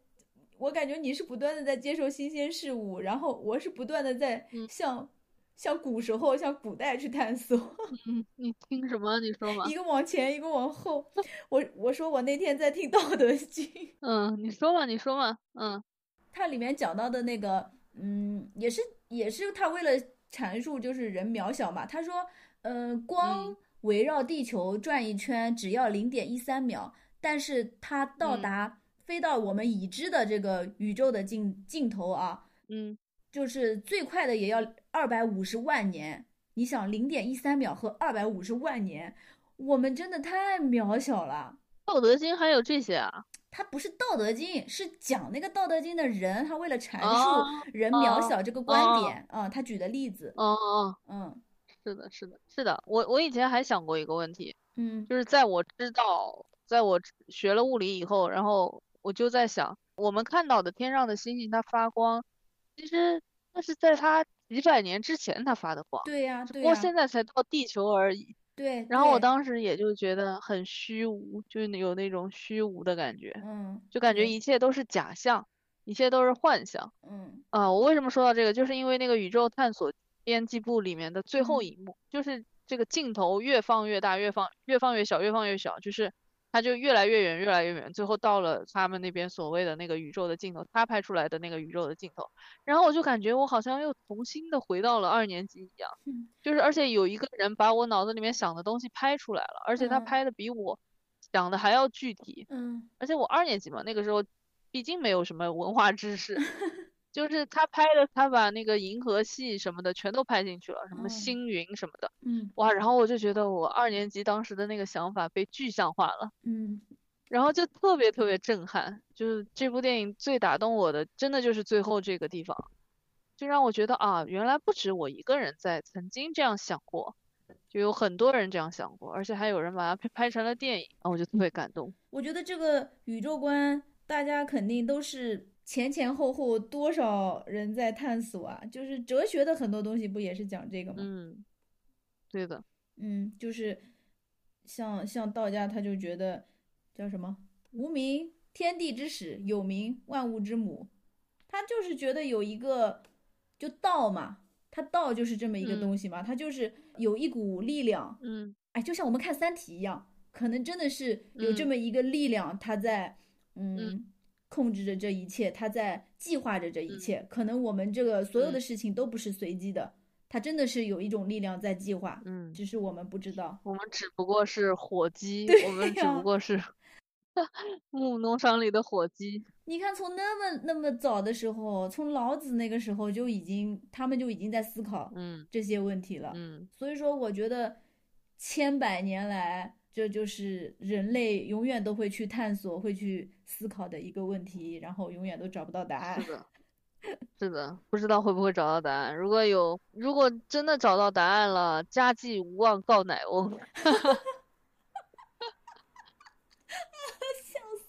Speaker 4: 我感觉你是不断的在接受新鲜事物，然后我是不断的在
Speaker 3: 嗯
Speaker 4: 向向古时候、向古代去探索。
Speaker 3: 嗯，你听什么？你说嘛
Speaker 4: 一。个往前，一个往后。我我说我那天在听《道德经》，
Speaker 3: 嗯，你说嘛，你说嘛。嗯
Speaker 4: 它里面讲到的那个，嗯，也是也是他为了阐述就是人渺小嘛，他说，嗯、光
Speaker 3: 嗯
Speaker 4: 围绕地球转一圈只要零点一三秒，但是它到
Speaker 3: 嗯
Speaker 4: 达、飞到我们已知的这个宇宙的尽尽头啊，
Speaker 3: 嗯
Speaker 4: 就是最快的也要二百五十万年。你想，零点一三秒和二百五十万年，我们真的太渺小了。
Speaker 3: 道德经还有这些啊？
Speaker 4: 它不是《道德经》，是讲那个《道德经》的人，他为了阐
Speaker 3: 哦
Speaker 4: 嗯述人渺小这个观点啊、他举的例子，
Speaker 3: 哦哦，
Speaker 4: 嗯，
Speaker 3: 是的，是的，是的。我我以前还想过一个问题，
Speaker 4: 嗯
Speaker 3: 就是在我知道，在我知学了物理以后，然后我就在想，我们看到的天上的星星它发光，其实那是在它几百年之前它发的光，
Speaker 4: 对呀、
Speaker 3: 不
Speaker 4: 对呀、
Speaker 3: 过现在才到地球而已。
Speaker 4: 对。
Speaker 3: 然后我
Speaker 4: 对
Speaker 3: 当时也就觉得很虚无，就是有那种虚无的感觉，
Speaker 4: 嗯，
Speaker 3: 就感觉
Speaker 4: 对
Speaker 3: 一切都是假象，一切都是幻想。
Speaker 4: 嗯
Speaker 3: 啊，我为什么说到这个，就是因为那个宇宙探索编辑部里面的最后
Speaker 4: 嗯
Speaker 3: 一幕，就是这个镜头越放越大，越放越放越小，越放越小，就是它就越来越远，越来越远，最后到了他们那边所谓的那个宇宙的尽头，他拍出来的那个宇宙的尽头。然后我就感觉我好像又重新的回到了二年级一样，
Speaker 4: 嗯
Speaker 3: 就是而且有一个人把我脑子里面想的东西拍出来了，而且他
Speaker 4: 嗯
Speaker 3: 拍的比我想的还要具体。
Speaker 4: 嗯
Speaker 3: 而且我二年级嘛，那个时候毕竟没有什么文化知识，就是他拍的，他把那个银河系什么的全都拍进去了，什么
Speaker 4: 嗯
Speaker 3: 星云什么的，
Speaker 4: 嗯
Speaker 3: 哇！然后我就觉得我二年级当时的那个想法被具象化了，
Speaker 4: 嗯
Speaker 3: 然后就特别特别震撼，就是这部电影最打动我的，真的就是最后这个地方，就让我觉得啊，原来不止我一个人在曾经这样想过。就有很多人这样想过，而且还有人把它拍拍成了电影，啊，我就特别感动。
Speaker 4: 我觉得这个宇宙观，大家肯定都是前前后后多少人在探索啊，就是哲学的很多东西不也是讲这个吗？
Speaker 3: 嗯，对的。
Speaker 4: 嗯，就是像像道家，他就觉得叫什么无名，天地之始；有名，万物之母。他就是觉得有一个就道嘛，他道就是这么一个东
Speaker 3: 嗯
Speaker 4: 西嘛，他就是有一股力量，
Speaker 3: 嗯
Speaker 4: 哎，就像我们看《三体》一样，可能真的是有这
Speaker 3: 嗯
Speaker 4: 么一个力量，它在嗯控制着这一切，它在计划着这一
Speaker 3: 嗯
Speaker 4: 切。可能我们这个所有的
Speaker 3: 嗯
Speaker 4: 事情都不是随机的，它真的是有一种力量在计划，
Speaker 3: 嗯，
Speaker 4: 只是我们不知道。
Speaker 3: 我们只不过是火鸡，我们只
Speaker 4: 呀
Speaker 3: 不过 是木农场里的火鸡。
Speaker 4: 你看，从那么那么早的时候，从老子那个时候就已经，他们就已经在思考
Speaker 3: 嗯
Speaker 4: 这些问题了。
Speaker 3: 嗯
Speaker 4: 所以说，我觉得千百年来，这就是人类永远都会去探索、会去思考的一个问题，然后永远都找不到答案
Speaker 3: 是。的，是的，不知道会不会找到答案。如果有，如果真的找到答案了，家祭无忘告乃翁。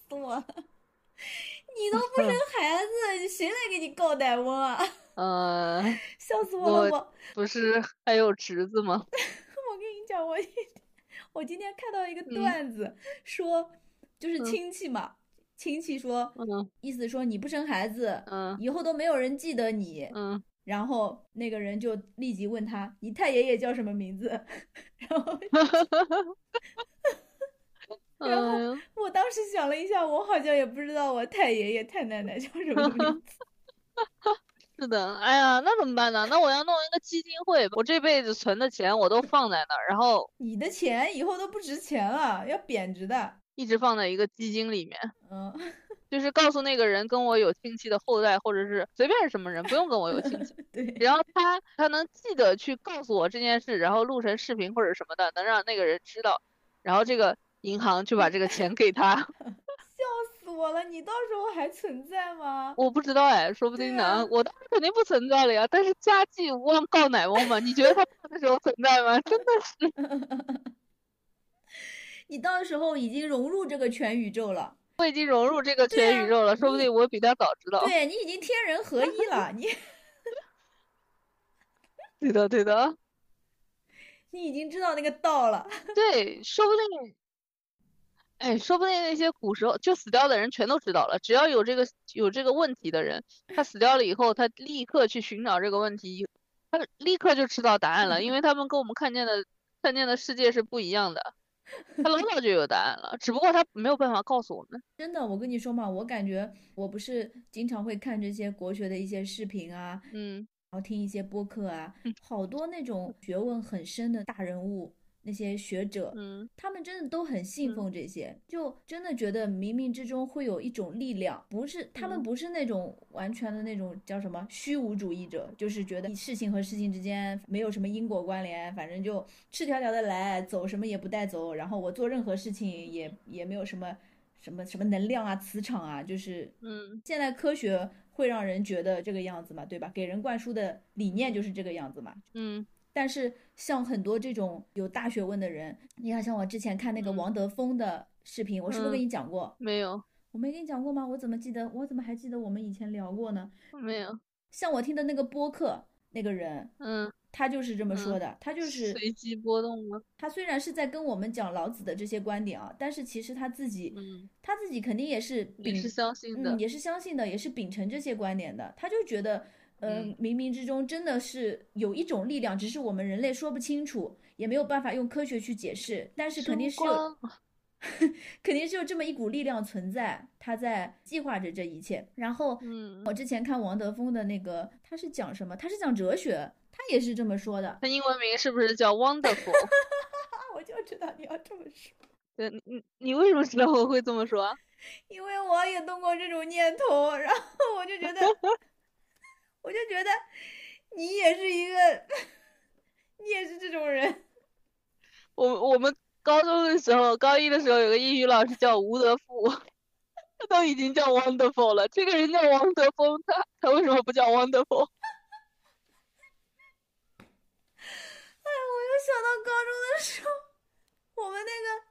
Speaker 4: 死我了！你都不生孩子，谁来给你告奶翁啊？
Speaker 3: 呃，
Speaker 4: 笑死我了！
Speaker 3: 我
Speaker 4: 我
Speaker 3: 不 是还有侄子吗？
Speaker 4: 我跟你讲，我 我今天看到一个
Speaker 3: 嗯
Speaker 4: 段子，说就是
Speaker 3: 嗯
Speaker 4: 亲戚嘛，亲戚说，
Speaker 3: 嗯
Speaker 4: 意思说你不生孩子，
Speaker 3: 嗯
Speaker 4: 以后都没有人记得你。
Speaker 3: 嗯，
Speaker 4: 然后那个人就立即问他，你太爷爷叫什么名字？ 然后然后
Speaker 3: 哎呦
Speaker 4: 我当时想了一下，我好像也不知道我太爷爷、太奶奶叫什么 名字。
Speaker 3: 是的，哎呀，那怎么办呢？那我要弄一个基金会，我这辈子存的钱我都放在那儿，然后
Speaker 4: 你的钱以后都不值钱了，要贬值的。
Speaker 3: 一直放在一个基金里面，
Speaker 4: 嗯，
Speaker 3: 就是告诉那个人跟我有亲戚的后代，或者是随便是什么人，不用跟我有亲 戚，只
Speaker 4: 对，
Speaker 3: 要他他能记得去告诉我这件事，然后录成视频或者什么的，能让那个人知道，然后这个银行就把这个钱给他。
Speaker 4: 死我了！你到时候还存在吗？
Speaker 3: 我不知道哎，说不
Speaker 4: 对
Speaker 3: 定
Speaker 4: 啊
Speaker 3: 呢，我当时肯定不存在了呀。但是家祭无忘告乃翁嘛，你觉得他那时候存在吗？ 真的是，
Speaker 4: 你到时候已经融入这个全宇宙了，
Speaker 3: 我已经融入这个
Speaker 4: 对
Speaker 3: 全
Speaker 4: 啊
Speaker 3: 宇宙了，说不
Speaker 4: 你
Speaker 3: 定我比他早知道。
Speaker 4: 对你已经天人合一了，你
Speaker 3: 对的，对的，
Speaker 4: 你已经知道那个道了。
Speaker 3: 对，说不定，哎，说不定那些古时候就死掉的人全都知道了。只要有这个有这个问题的人，他死掉了以后，他立刻去寻找这个问题，他立刻就知道答案了，
Speaker 4: 嗯
Speaker 3: 因为他们跟我们看见的看见的世界是不一样的。他老早就有答案了，只不过他没有办法告诉我们。
Speaker 4: 真的，我跟你说嘛，我感觉我不是经常会看这些国学的一些视频啊，
Speaker 3: 嗯
Speaker 4: 然后听一些播客啊
Speaker 3: 嗯，
Speaker 4: 好多那种学问很深的大人物，那些学者，
Speaker 3: 嗯
Speaker 4: 他们真的都很信
Speaker 3: 嗯
Speaker 4: 奉这些，就真的觉得冥冥之中会有一种力量，不是他们
Speaker 3: 嗯
Speaker 4: 不是那种完全的那种叫什么虚无主义者，就是觉得事情和事情之间没有什么因果关联，反正就赤条条的来，走什么也不带走，然后我做任何事情也也没有什么什么什么能量啊、磁场啊，就是
Speaker 3: 嗯
Speaker 4: 现在科学会让人觉得这个样子嘛，对吧？给人灌输的理念就是这个样子嘛。
Speaker 3: 嗯，
Speaker 4: 但是像很多这种有大学问的人，你看像我之前看那个
Speaker 3: 嗯
Speaker 4: 王德峰的视频，我是不是跟
Speaker 3: 嗯
Speaker 4: 你讲过？
Speaker 3: 没有，
Speaker 4: 我没跟你讲过吗？我怎么记得？我怎么还记得我们以前聊过呢？
Speaker 3: 没有，
Speaker 4: 像我听的那个播客那个人，
Speaker 3: 嗯，
Speaker 4: 他就是这么
Speaker 3: 嗯
Speaker 4: 说的，他就是
Speaker 3: 随机波动吗？
Speaker 4: 他虽然是在跟我们讲老子的这些观点啊，但是其实他自己
Speaker 3: 嗯，
Speaker 4: 他自己肯定也是秉
Speaker 3: 你是相信的
Speaker 4: 嗯，，也是相信的，也是秉承这些观点的。他就觉得，呃，
Speaker 3: 嗯
Speaker 4: 冥冥之中真的是有一种力量，只是我们人类说不清楚，也没有办法用科学去解释，但是肯定是
Speaker 3: 曙
Speaker 4: 有，
Speaker 3: 光，
Speaker 4: 肯定是有这么一股力量存在，他在计划着这一切。然后
Speaker 3: 嗯，
Speaker 4: 我之前看王德峰的那个，他是讲什么？他是讲哲学，他也是这么说的。
Speaker 3: 他英文名是不是叫 Wonderful？
Speaker 4: 啊，我就知道你要这么说，
Speaker 3: 对，你你你为什么知道我会这么说啊？
Speaker 4: 因为我也动过这种念头，然后我就觉 得，我就觉得你也是一个，你也是这种人。哎
Speaker 3: 我我们高中的时候，高一的时候有个英语老师叫吴德富， 他都已经叫 Wonderful 了，这个人叫王德峰，他他为什么不叫 Wonderful？
Speaker 4: 哎，我又想到高中的时候，我们那个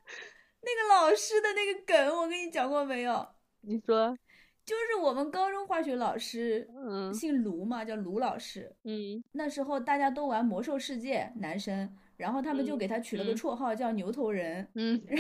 Speaker 4: 那个老师的那个梗，我跟你讲过没有？
Speaker 3: 你说，
Speaker 4: 就是我们高中化学老师
Speaker 3: 嗯
Speaker 4: 姓卢嘛，叫卢老师。
Speaker 3: 嗯
Speaker 4: 那时候大家都玩魔兽世界，男生，然后他们就
Speaker 3: 嗯
Speaker 4: 给他取了个
Speaker 3: 嗯
Speaker 4: 绰号叫牛头人。
Speaker 3: 嗯啊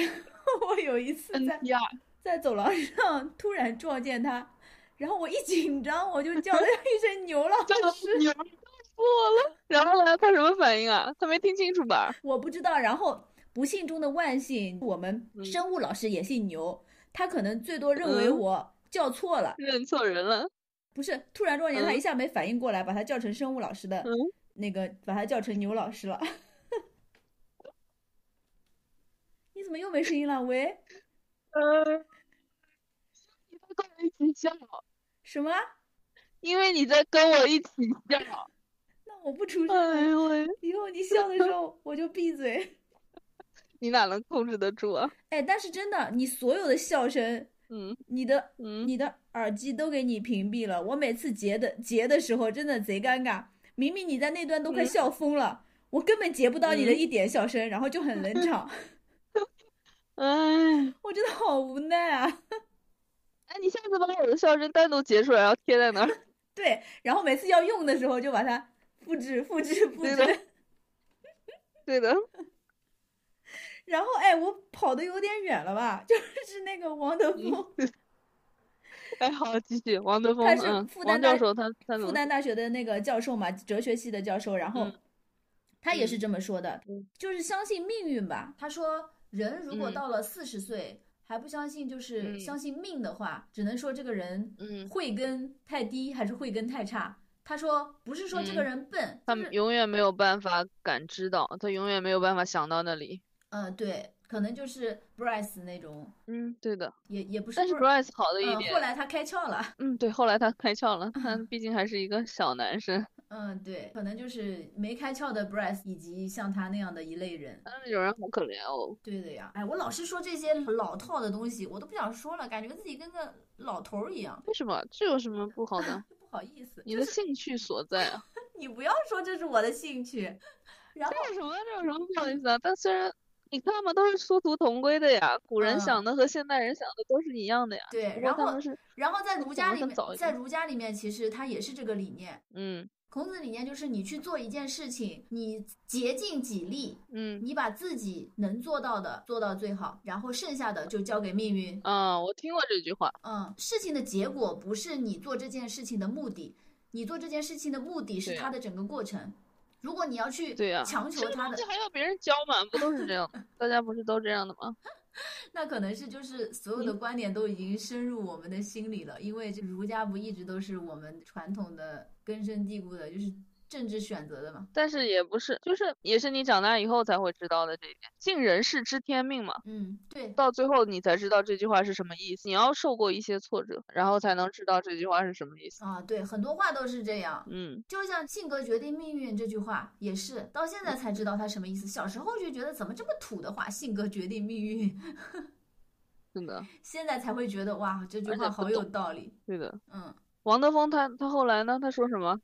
Speaker 4: 我有一次在
Speaker 3: ，NTR，
Speaker 4: 在走廊上突然撞见他，然后我一紧张，我就叫了一声牛老
Speaker 3: 叫
Speaker 4: 师，
Speaker 3: 你们错了。然后呢，他什么反应啊？他没听清楚吧？
Speaker 4: 我不知道。然后不幸中的万幸，我们
Speaker 3: 嗯
Speaker 4: 生物老师也姓牛，他可能最多认为
Speaker 3: 嗯
Speaker 4: 我叫错了，
Speaker 3: 认错人了。
Speaker 4: 不是突然撞见他，
Speaker 3: 嗯
Speaker 4: 一下没反应过来，把他叫成生物老师的
Speaker 3: 嗯
Speaker 4: 那个，把他叫成牛老师了。 你怎么又没声音了？喂，
Speaker 3: 嗯，你在跟我一起笑，
Speaker 4: 什么？
Speaker 3: 因为你在跟我一起笑。
Speaker 4: 那我不出声，
Speaker 3: 哎呦喂，
Speaker 4: 以后你笑的时候我就闭嘴。
Speaker 3: 你哪能控制得住啊？
Speaker 4: 哎，但是真的，你所有的笑声，
Speaker 3: 嗯
Speaker 4: 你的
Speaker 3: 嗯，
Speaker 4: 你的耳机都给你屏蔽了。我每次截的截的时候，真的贼尴尬。明明你在那段都快
Speaker 3: 嗯
Speaker 4: 笑疯了，我根本截不到你的
Speaker 3: 嗯
Speaker 4: 一点笑声，然后就很冷 场，
Speaker 3: 哎。
Speaker 4: 我真的好无奈啊。
Speaker 3: 哎，你下次把我的笑声单独截出来，然后贴在那儿。
Speaker 4: 对，然后每次要用的时候就把它复制、复制、复
Speaker 3: 对
Speaker 4: 制
Speaker 3: 的。对的，
Speaker 4: 然后哎，我跑的有点远了吧？就是那个王德
Speaker 3: 嗯
Speaker 4: 福，
Speaker 3: 哎，好，继续。王德峰，
Speaker 4: 他是
Speaker 3: 嗯，
Speaker 4: 复旦
Speaker 3: 王
Speaker 4: 大
Speaker 3: 教授，他他怎么？
Speaker 4: 复旦大学的那个教授嘛，哲学系的教授，然后
Speaker 3: 嗯
Speaker 4: 他也是
Speaker 3: 嗯
Speaker 4: 这么说的，
Speaker 3: 嗯
Speaker 4: 就是相信命运吧。他说，人如果到了四十岁、还不相信，就是
Speaker 3: 嗯
Speaker 4: 相信命的话，只能说这个人
Speaker 3: 嗯，
Speaker 4: 慧根太低，还是慧根太差。他说，不是说这个
Speaker 3: 嗯
Speaker 4: 人笨，
Speaker 3: 他
Speaker 4: 就是
Speaker 3: 们永远没有办法感知到，他永远没有办法想到那里。
Speaker 4: 嗯、对，可能就是 Bryce 那种，
Speaker 3: 嗯，对的。
Speaker 4: 也也不是
Speaker 3: 但是
Speaker 4: Bryce，
Speaker 3: Bryce 好的一
Speaker 4: 嗯、后
Speaker 3: 点，
Speaker 4: 来嗯他开窍了。
Speaker 3: 嗯，对，后来他开窍了，他毕竟还是一个小男生。
Speaker 4: 嗯，对，可能就是没开窍的 Bryce，以及像他那样的一类人。
Speaker 3: 但是嗯有人好可怜哦。
Speaker 4: 对的呀，哎，我老是说这些老套的东西，我都不想说了，感觉自己跟个老头儿一样，
Speaker 3: 为什么？这有什么不好的？
Speaker 4: 就不好 意思。
Speaker 3: 你
Speaker 4: 就
Speaker 3: 的
Speaker 4: 是
Speaker 3: 兴趣所在 啊，
Speaker 4: 你不要说这是我的兴趣，然后
Speaker 3: 这有什么？这有什么不好意思啊？但虽然你看嘛，都是殊途同归的呀，古人
Speaker 4: 嗯
Speaker 3: 想的和现代人想的都是一样的呀。
Speaker 4: 对，
Speaker 3: 不过
Speaker 4: 然
Speaker 3: 他
Speaker 4: 后
Speaker 3: 们是，
Speaker 4: 然后在儒家
Speaker 3: 想得更
Speaker 4: 里面
Speaker 3: 早，一
Speaker 4: 在
Speaker 3: 点
Speaker 4: 儒家里面其实他也是这个理念。
Speaker 3: 嗯
Speaker 4: 孔子的理念就是你去做一件事情，你竭尽己力，
Speaker 3: 嗯
Speaker 4: 你把自己能做到的做到最好，然后剩下的就交给命运。
Speaker 3: 啊，我听过这句话，
Speaker 4: 嗯，事情的结果不是你做这件事情的目的，你做这件事情的目的是
Speaker 3: 对呀
Speaker 4: 它的整个过程。如果你要去
Speaker 3: 对啊呀
Speaker 4: 强求
Speaker 3: 这个
Speaker 4: 它
Speaker 3: 东
Speaker 4: 的
Speaker 3: 西，还要别人教吗？不都是这样 的？大家不是都这样的吗？
Speaker 4: 那可能是就是所
Speaker 3: 嗯
Speaker 4: 有的观点都已经深入我们的心里了，因为这儒家不一直都是我们传统的根深蒂固的，就是政治选择的嘛。
Speaker 3: 但是也不是，就是也是你长大以后才会知道的这一点，尽人事知天命嘛。
Speaker 4: 嗯，对，
Speaker 3: 到最后你才知道这句话是什么意思，你要受过一些挫折，然后才能知道这句话是什么意思。
Speaker 4: 啊，对，很多话都是这样。
Speaker 3: 嗯，
Speaker 4: 就像“性格决定命运”这句话也是，到现在才知道它什么意思。小时候就觉得怎么这么土的话，“性格决定命运”，
Speaker 3: 是的，
Speaker 4: 现在才会觉得哇，这句
Speaker 3: 而且
Speaker 4: 话
Speaker 3: 不
Speaker 4: 好有
Speaker 3: 懂
Speaker 4: 道理。
Speaker 3: 对的。
Speaker 4: 嗯，
Speaker 3: 王德峰他他后来呢？他说什么？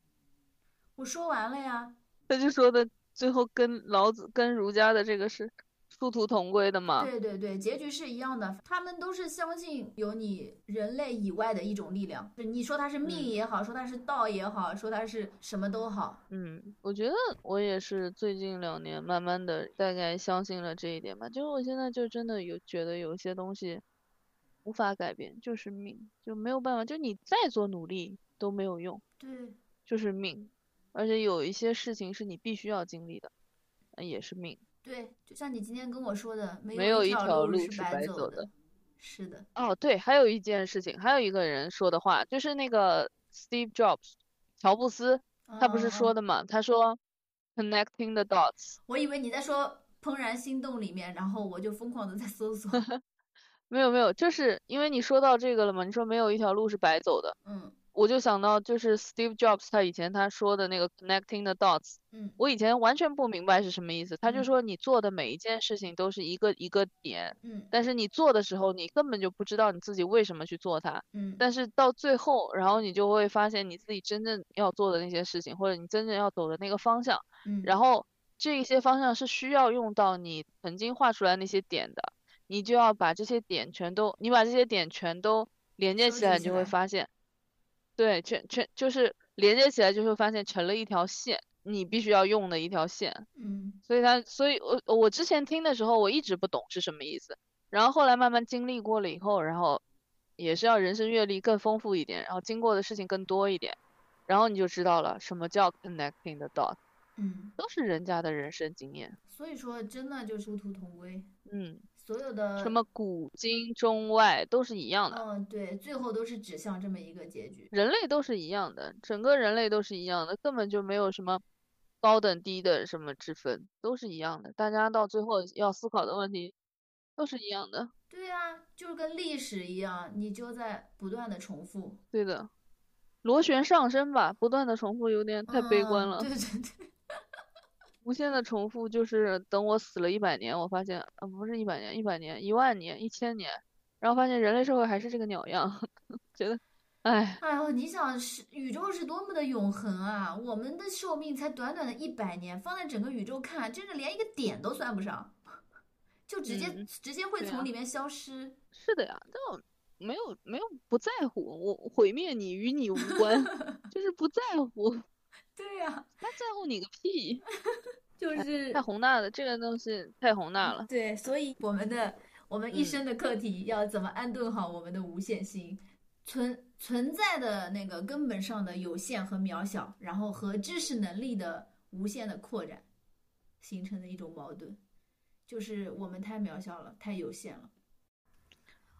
Speaker 4: 我说完了呀。
Speaker 3: 他就说的最后跟老子跟儒家的这个是殊途同归的嘛？
Speaker 2: 对对对，结局是一样的，他们都是相信有你人类以外的一种力量。就你说它是命
Speaker 3: 嗯
Speaker 2: 也好，说它是道也好，说它是什么都好，
Speaker 3: 嗯，我觉得我也是最近两年慢慢的大概相信了这一点吧。就是我现在就真的有觉得有些东西无法改变，就是命，就没有办法，就你再做努力都没有用，
Speaker 2: 对，
Speaker 3: 就是命。而且有一些事情是你必须要经历的，呃也是命。
Speaker 2: 对，就像你今天跟我说的，没
Speaker 3: 没有一
Speaker 2: 一
Speaker 3: 条
Speaker 2: 路
Speaker 3: 路
Speaker 2: 是
Speaker 3: 是白
Speaker 2: 走
Speaker 3: 走
Speaker 2: 的
Speaker 3: 的。
Speaker 2: 是的，
Speaker 3: 哦，对，还有一件事情，还有一个人说的话，就是那个 Steve Jobs，乔布斯，他不是
Speaker 2: 嗯
Speaker 3: 说，的嘛？他说 connecting the dots。
Speaker 2: 我以为你在说《怦然心动》里面，然后我就疯狂的在搜 索，
Speaker 3: 没有没有，就是因为你说到这个了嘛，你说没有一条路是白走的，
Speaker 2: 嗯
Speaker 3: 我就想到就是 Steve Jobs 他以前他说的那个 connecting the dots，
Speaker 2: 嗯
Speaker 3: 我以前完全不明白是什么意思。他
Speaker 2: 嗯
Speaker 3: 就说你做的每一件事情都是一个一个点，
Speaker 2: 嗯
Speaker 3: 但是你做的时候你根本就不知道你自己为什么去做它，
Speaker 2: 嗯，
Speaker 3: 但是到最后，然后你就会发现你自己真正要做的那些事情，或者你真正要走的那个方向。
Speaker 2: 嗯
Speaker 3: 然后这一些方向是需要用到你曾经画出来那些点的，你就要把这些点全都，你把这些点全都连接
Speaker 2: 收
Speaker 3: 起
Speaker 2: 集
Speaker 3: 来，你
Speaker 2: 起
Speaker 3: 就会
Speaker 2: 来
Speaker 3: 发现，对，全全就是连接起来就会发现成了一条线，你必须要用的一条线。
Speaker 2: 嗯
Speaker 3: 所以它，所以我我之前听的时候我一直不懂是什么意思，然后后来慢慢经历过了以后，然后也是要人生阅历更丰富一点，然后经过的事情更多一点，然后你就知道了什么叫 connecting the dots。
Speaker 2: 嗯，
Speaker 3: 都是人家的人生经验。
Speaker 2: 所以说真的就是殊途同归，
Speaker 3: 嗯，
Speaker 2: 所有的
Speaker 3: 什么古今中外都是一样的，
Speaker 2: 嗯，对，最后都是指向这么一个结局。
Speaker 3: 人类都是一样的，整个人类都是一样的，根本就没有什么高等低等什么之分，都是一样的。大家到最后要思考的问题都是一样的。
Speaker 2: 对啊，就是跟历史一样，你就在不断的重复。
Speaker 3: 对的，螺旋上升吧，不断的重复有点太悲观
Speaker 2: 嗯
Speaker 3: 了。
Speaker 2: 对对对，
Speaker 3: 无限的重复就是等我死了一百年，我发现，呃，不是一百年，一百年，一万年，一千年，然后发现人类社会还是这个鸟样， 觉得，哎。
Speaker 2: 哎呦，你想是宇宙是多么的永恒啊！我们的寿命才短短的一百年，放在整个宇宙看，真的连一个点都算不上，就直接、
Speaker 3: 嗯
Speaker 2: 直接会
Speaker 3: 对
Speaker 2: 从
Speaker 3: 啊
Speaker 2: 里面消失。
Speaker 3: 是的呀，但我没有没有不在乎，我毁灭你与你无关，就是不在乎，
Speaker 2: 对呀、
Speaker 3: 他在乎你个屁！
Speaker 2: 就是
Speaker 3: 太宏大了，这个东西太宏大了。
Speaker 2: 对，所以我们的我们一
Speaker 3: 嗯
Speaker 2: 生的课题要怎么安顿好我们的无限心，存存在的那个根本上的有限和渺小，然后和知识能力的无限的扩展，形成的一种矛盾，就是我们太渺小了，太有限了。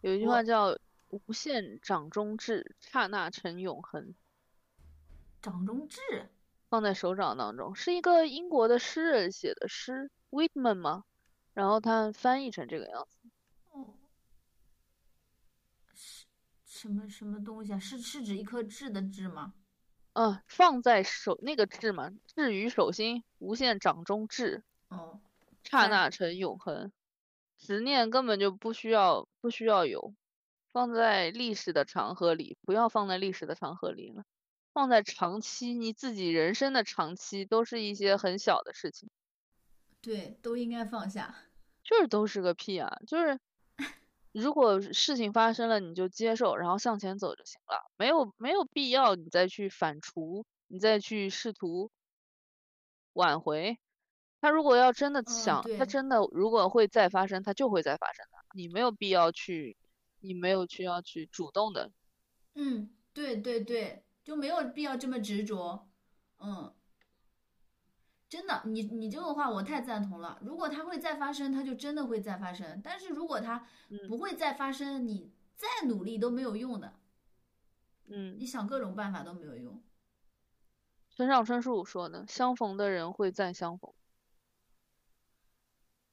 Speaker 3: 有一句
Speaker 2: 我
Speaker 3: 话叫“无限掌中至，刹那成永恒
Speaker 2: 掌中智，”，
Speaker 3: 放在手掌当中，是一个英国的诗人写的诗，Whitman 嘛，然后他翻译成这个样子，
Speaker 2: 哦，是什么什么东西啊？是是指一颗痣的痣吗？
Speaker 3: 啊，放在手那个至嘛，至于手心，无限掌中至。
Speaker 2: 哦，
Speaker 3: 刹
Speaker 2: 在
Speaker 3: 那成永恒，执念根本就不需要不需要有，放在历史的长河里，不要放在历史的长河里了，放在长期，你自己人生的长期都是一些很小的事情，
Speaker 2: 对，都应该放下。
Speaker 3: 就是都是个屁啊，就是如果事情发生了，你就接受，然后向前走就行了，没有没有必要你再去反刍，你再去试图挽回。他如果要真的
Speaker 2: 嗯
Speaker 3: 想，
Speaker 2: 对
Speaker 3: 他真的如果会再发生，他就会再发生的。你没有必要去，你没有去要去主动的。
Speaker 2: 嗯，对对对，就没有必要这么执着。嗯，真的，你你这个话我太赞同了。如果它会再发生，它就真的会再发生；但是如果它
Speaker 3: 嗯
Speaker 2: 不会再发生，你再努力都没有用的，
Speaker 3: 嗯，
Speaker 2: 你想各种办法都没有用。
Speaker 3: 村上春树说的：“相逢的人会再相逢。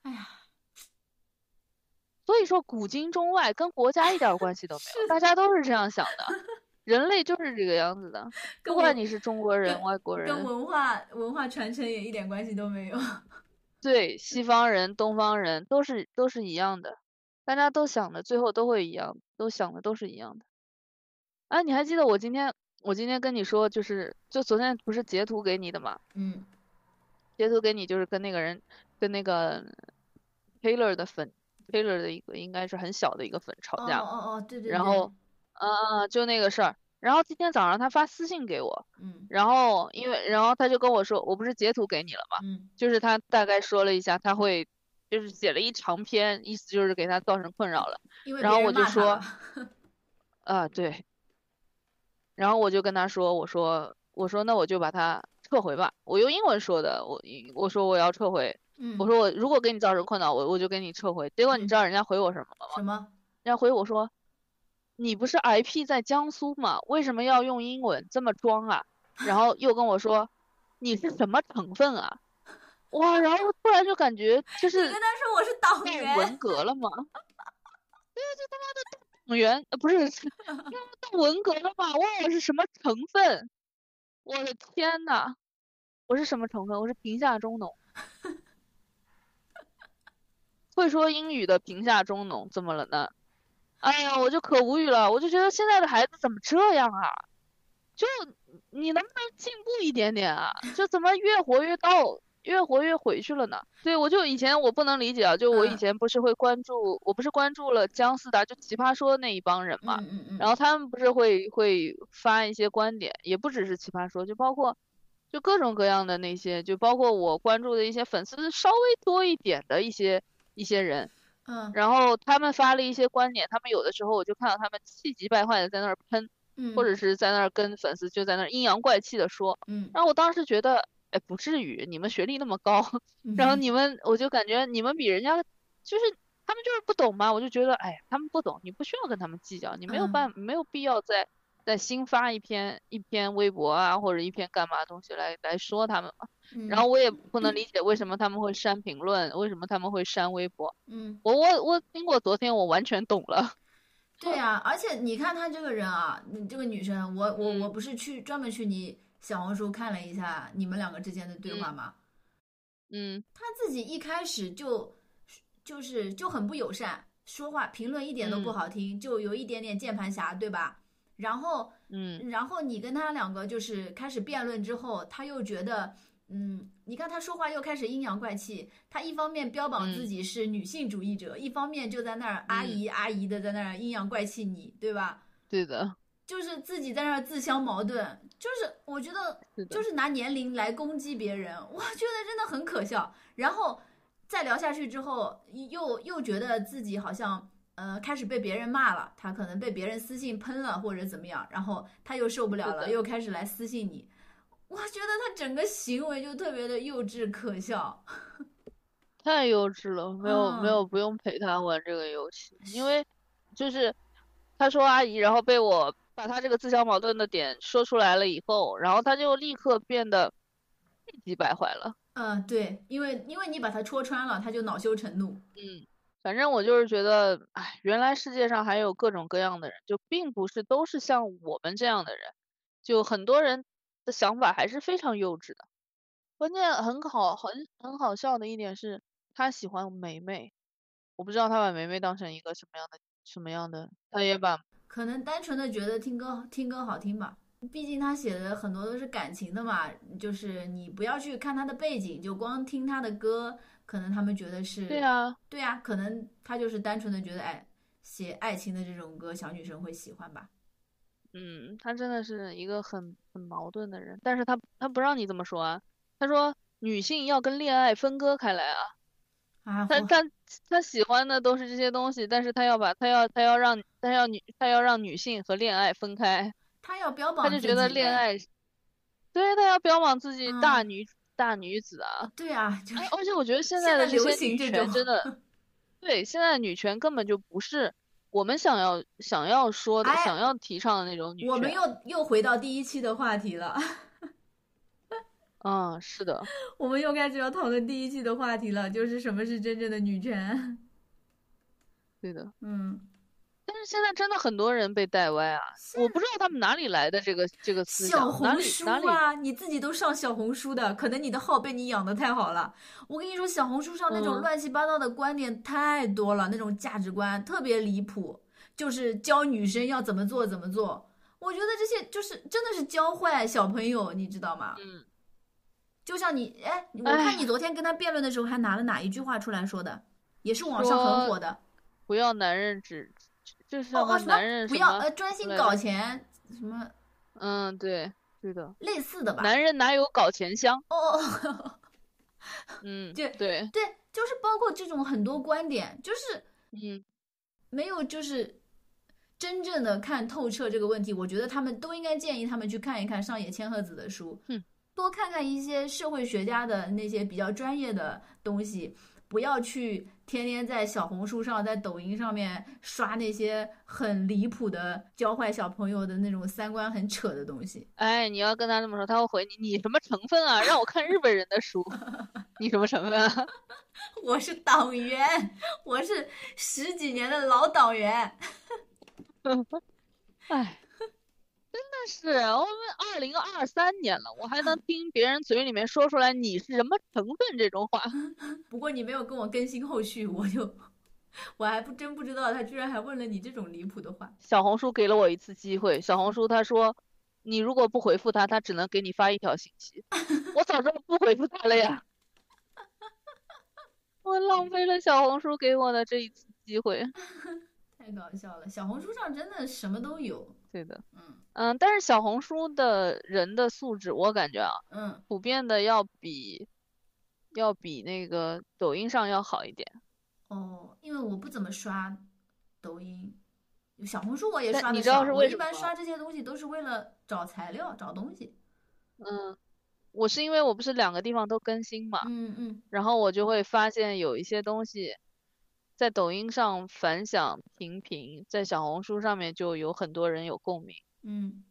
Speaker 2: 哎呀，”
Speaker 3: 所以说，古今中外跟国家一点儿关系都没有，大家都是这样想的。人类就是这个样子的，
Speaker 2: 跟
Speaker 3: 不管
Speaker 2: 文
Speaker 3: 你是中国人、外国
Speaker 2: 跟
Speaker 3: 人，
Speaker 2: 文化文化传承也一点关系都没有。
Speaker 3: 对西方人、东方人，都是都是一样的，大家都想的最后都会一样，都想的都是一样的。哎，你还记得我今天我今天跟你说，就是就昨天不是截图给你的嘛？
Speaker 2: 嗯
Speaker 3: 截图给你，就是跟那个人，跟那个 Taylor 的粉，Taylor 的一个应该是很小的一个粉吵架
Speaker 2: 哦
Speaker 3: 嘛，
Speaker 2: 哦哦，对对对，
Speaker 3: 然后，嗯嗯，嗯就那个事儿。然后今天早上他发私信给我，
Speaker 2: 嗯
Speaker 3: 然后因为然后他就跟我说，我不是截图给你了嘛，
Speaker 2: 嗯
Speaker 3: 就是他大概说了一下，他会就是写了一长篇，意思就是给他造成困扰了。
Speaker 2: 因为
Speaker 3: 然
Speaker 2: 别
Speaker 3: 后
Speaker 2: 人
Speaker 3: 我就
Speaker 2: 骂他
Speaker 3: 说
Speaker 2: 了
Speaker 3: 啊，对。然后我就跟他说，我说我说那我就把它撤回吧，我用英文说的，我我说我要撤回，
Speaker 2: 嗯，
Speaker 3: 我说我如果给你造成困扰，我我就给你撤回。结果你知道人家回我什么吗？
Speaker 2: 什么？
Speaker 3: 人家回我说，你不是 IP 在江苏吗？为什么要用英文这么装啊？然后又跟我说，你是什么成分啊？哇，然后突然就感觉就
Speaker 2: 你
Speaker 3: 是
Speaker 2: 跟他说我是党
Speaker 3: 被
Speaker 2: 员
Speaker 3: 文，革了 吗？对啊，这他妈的党员呃不是 是他妈的文革了吗？问我是什么成分？我的天呐，我是什么成分？我是贫下中农，会说英语的贫下中农，怎么了呢？哎呀，我就可无语了，我就觉得现在的孩子怎么这样啊？就你能不能进步一点点啊？就怎么越活越到越活越回去了呢？对，我就以前我不能理解啊，就我以
Speaker 2: 嗯
Speaker 3: 前不是会关注，我不是关注了姜思达就奇葩说那一帮人嘛，
Speaker 2: 嗯嗯嗯，
Speaker 3: 然后他们不是会会发一些观点，也不只是奇葩说，就包括就各种各样的那些，就包括我关注的一些粉丝稍微多一点的一些一些人，
Speaker 2: 嗯
Speaker 3: 然后他们发了一些观点，他们有的时候我就看到他们气急败坏的在那儿喷，
Speaker 2: 嗯，
Speaker 3: 或者是在那儿跟粉丝就在那儿阴阳怪气的说，
Speaker 2: 嗯，
Speaker 3: 然后我当时觉得，哎，不至于，你们学历那么高，然后
Speaker 2: 嗯
Speaker 3: 你们，我就感觉你们比人家，就是他们就是不懂嘛，我就觉得，哎，他们不懂，你不需要跟他们计较，你没有
Speaker 2: 嗯
Speaker 3: 办，没有必要再再新发一篇一篇微博啊，或者一篇干嘛东西来来说他们嘛。
Speaker 2: 嗯
Speaker 3: 然后我也不能理解为什么他们会删评论，为什么他们会删微博。
Speaker 2: 嗯，
Speaker 3: 我我我经过昨天，我完全懂了。
Speaker 2: 对呀，而且你看她这个人啊，你这个女生，我我
Speaker 3: 嗯
Speaker 2: 我不是去专门去你小红书看了一下你们两个之间的对话吗？
Speaker 3: 嗯
Speaker 2: 她自己一开始就就是就很不友善，说话评论一点都不
Speaker 3: 嗯
Speaker 2: 好听，就有一点点键盘侠，对吧？然后
Speaker 3: 嗯
Speaker 2: 然后你跟他两个就是开始辩论之后，他又觉得，嗯，你看他说话又开始阴阳怪气，他一方面标榜
Speaker 3: 嗯
Speaker 2: 自己是女性主义者，一方面就在那儿阿
Speaker 3: 嗯
Speaker 2: 姨阿姨的在那儿阴阳怪气你，对吧？
Speaker 3: 对的，
Speaker 2: 就是自己在那儿自相矛盾，就是我觉得
Speaker 3: 是的，
Speaker 2: 就是拿年龄来攻击别人，我觉得真的很可笑。然后再聊下去之后，又又觉得自己好像呃开始被别人骂了，他可能被别人私信喷了或者怎么样，然后他又受不了
Speaker 3: 是
Speaker 2: 了，
Speaker 3: 的
Speaker 2: 又开始来私信你。我觉得他整个行为就特别的幼稚可笑。
Speaker 3: 太幼稚了，没有没
Speaker 2: 嗯
Speaker 3: 有不用陪他玩这个游戏，因为就是他说阿姨，然后被我把他这个自相矛盾的点说出来了以后，然后他就立刻变得气急败坏了。
Speaker 2: 嗯、对，因为因为你把他戳穿了，他就恼羞成怒。
Speaker 3: 反正我就是觉得，哎，原来世界上还有各种各样的人，就并不是都是像我们这样的人，就很多人的想法还是非常幼稚的。关键很好，很很好笑的一点是，他喜欢梅梅，我不知道他把梅梅当成一个什么样的什么样的，他也把，
Speaker 2: 可能单纯的觉得听歌听歌好听吧，毕竟他写的很多都是感情的嘛，就是你不要去看他的背景，就光听他的歌，可能他们觉得是
Speaker 3: 对，啊，
Speaker 2: 对啊，可能他就是单纯的觉得，哎，写爱情的这种歌，小女生会喜欢吧？
Speaker 3: 嗯，他真的是一个很很矛盾的人，但是他他不让你这么说啊，他说女性要跟恋爱分割开来啊。
Speaker 2: 啊，
Speaker 3: 他
Speaker 2: 我
Speaker 3: 他他喜欢的都是这些东西，但是他要把他要他要让他要女他要让女性和恋爱分开，
Speaker 2: 他要标榜
Speaker 3: 他就觉得
Speaker 2: 自己呗
Speaker 3: 恋，爱是，对他要标榜自己大
Speaker 2: 嗯
Speaker 3: 女、大女子啊！
Speaker 2: 对啊，就是
Speaker 3: 哎，而且我觉得现
Speaker 2: 现
Speaker 3: 在的
Speaker 2: 在
Speaker 3: 这
Speaker 2: 流
Speaker 3: 些
Speaker 2: 行
Speaker 3: 女
Speaker 2: 这
Speaker 3: 权
Speaker 2: 种
Speaker 3: 真 的，对现在的女权根本就不是我们想要想要说的、
Speaker 2: 哎
Speaker 3: 想要提倡的那种女啊
Speaker 2: 我们
Speaker 3: 权。
Speaker 2: 又又回到第一期的话题了，
Speaker 3: 嗯，是的，
Speaker 2: 我们又开始要讨论第一期的话题了，就是什么是真正的女权？
Speaker 3: 对的。
Speaker 2: 嗯，
Speaker 3: 但是现在真的很多人被带歪啊！我不知道他们哪里来的这个这个思
Speaker 2: 小
Speaker 3: 想，哪
Speaker 2: 红
Speaker 3: 里
Speaker 2: 书
Speaker 3: 哪里
Speaker 2: 啊，你自己都上小红书的，可能你的号被你养的太好了。我跟你说，小红书上那种
Speaker 3: 嗯
Speaker 2: 乱七八糟的观点太多了，那种价值观特别离谱，就是教女生要怎么做怎么做。我觉得这些就是真的是教坏小朋友，你知道吗？
Speaker 3: 嗯，
Speaker 2: 就像你，哎，我看你昨天跟他辩论的时候还拿了哪一句话出来说的，也是网上很火的。
Speaker 3: 不要男人只，就是
Speaker 2: 哦哦，什
Speaker 3: 男人
Speaker 2: 么不要
Speaker 3: 么
Speaker 2: 呃专心
Speaker 3: 来
Speaker 2: 搞
Speaker 3: 着
Speaker 2: 钱，什么
Speaker 3: 嗯，对，是的，
Speaker 2: 类似的吧？
Speaker 3: 男人哪有搞钱香？
Speaker 2: 哦哦哦，
Speaker 3: 嗯，
Speaker 2: 对
Speaker 3: 对，
Speaker 2: 对，就是包括这种很多观点，就是
Speaker 3: 嗯，
Speaker 2: 没有就是真正的看透彻这个问题。我觉得他们都应该建议他们去看一看上野千鹤子的书
Speaker 3: 嗯，
Speaker 2: 多看看一些社会学家的那些比较专业的东西，不要去天天在小红书上、在抖音上面刷那些很离谱的教坏小朋友的那种三观很扯的东西。
Speaker 3: 哎，你要跟他这么说，他会回你，你什么成分啊？让我看日本人的 书，你什么成分啊？
Speaker 2: 我是党员，我是十几年的老党员。
Speaker 3: 哎，真的是，我们二零二三年了，我还 能听别人嘴里面说出来你是什么成分这种话，
Speaker 2: 不过你没有跟我更新后续，我就我还不真不知道，他居然还问了你这种离谱的话。
Speaker 3: 小红书给了我一次机会，小红书他说，你如果不回复他，他只能给你发一条信息。 我早知道不回复他了呀，我浪费了小红书给我的这一次机会。
Speaker 2: 太搞笑了，小红书上真的什么都有。
Speaker 3: 对的，
Speaker 2: 嗯
Speaker 3: 嗯，但是小红书的人的素质，我感觉啊，
Speaker 2: 嗯，
Speaker 3: 普遍的要比要比那个抖音上要好一点。
Speaker 2: 哦，因为我不怎么刷抖音，小红书我也
Speaker 3: 但
Speaker 2: 刷
Speaker 3: 你
Speaker 2: 的
Speaker 3: 知道
Speaker 2: 少。
Speaker 3: 是
Speaker 2: 我
Speaker 3: 为
Speaker 2: 一
Speaker 3: 什
Speaker 2: 般
Speaker 3: 么
Speaker 2: 刷这些东西都是为了找材料、找东西。
Speaker 3: 嗯，我是因为我不是两个地方都更新嘛，
Speaker 2: 嗯嗯
Speaker 3: 然后我就会发现有一些东西在抖音上反响平平，在小红书上面就有很多人有共鸣。
Speaker 2: 嗯，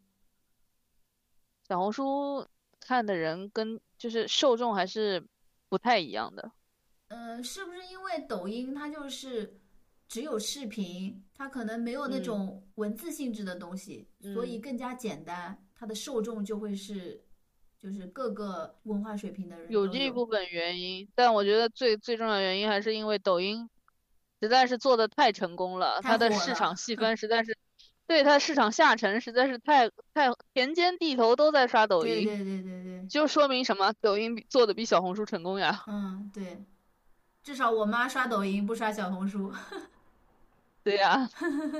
Speaker 3: 小红书看的人跟就是受众还是不太一样的。
Speaker 2: 呃，是不是因为抖音它就是只有视频，它可能没有那
Speaker 3: 嗯
Speaker 2: 种文字性质的东西，所以
Speaker 3: 嗯
Speaker 2: 更加简单，它的受众就会是就是各个文化水平的人
Speaker 3: 有
Speaker 2: 都
Speaker 3: 这一部分原因，但我觉得最最重要的原因还是因为抖音实在是做的太成功了，
Speaker 2: 太
Speaker 3: 它的
Speaker 2: 火
Speaker 3: 市
Speaker 2: 了
Speaker 3: 场细分实在是，对它市场下沉实在是太太田间地头都在刷抖
Speaker 2: 对
Speaker 3: 音，
Speaker 2: 对对对对，
Speaker 3: 就说明什么？抖音比做的比小红书成功呀。
Speaker 2: 嗯对，至少我妈刷抖音不刷小红书，
Speaker 3: 对呀，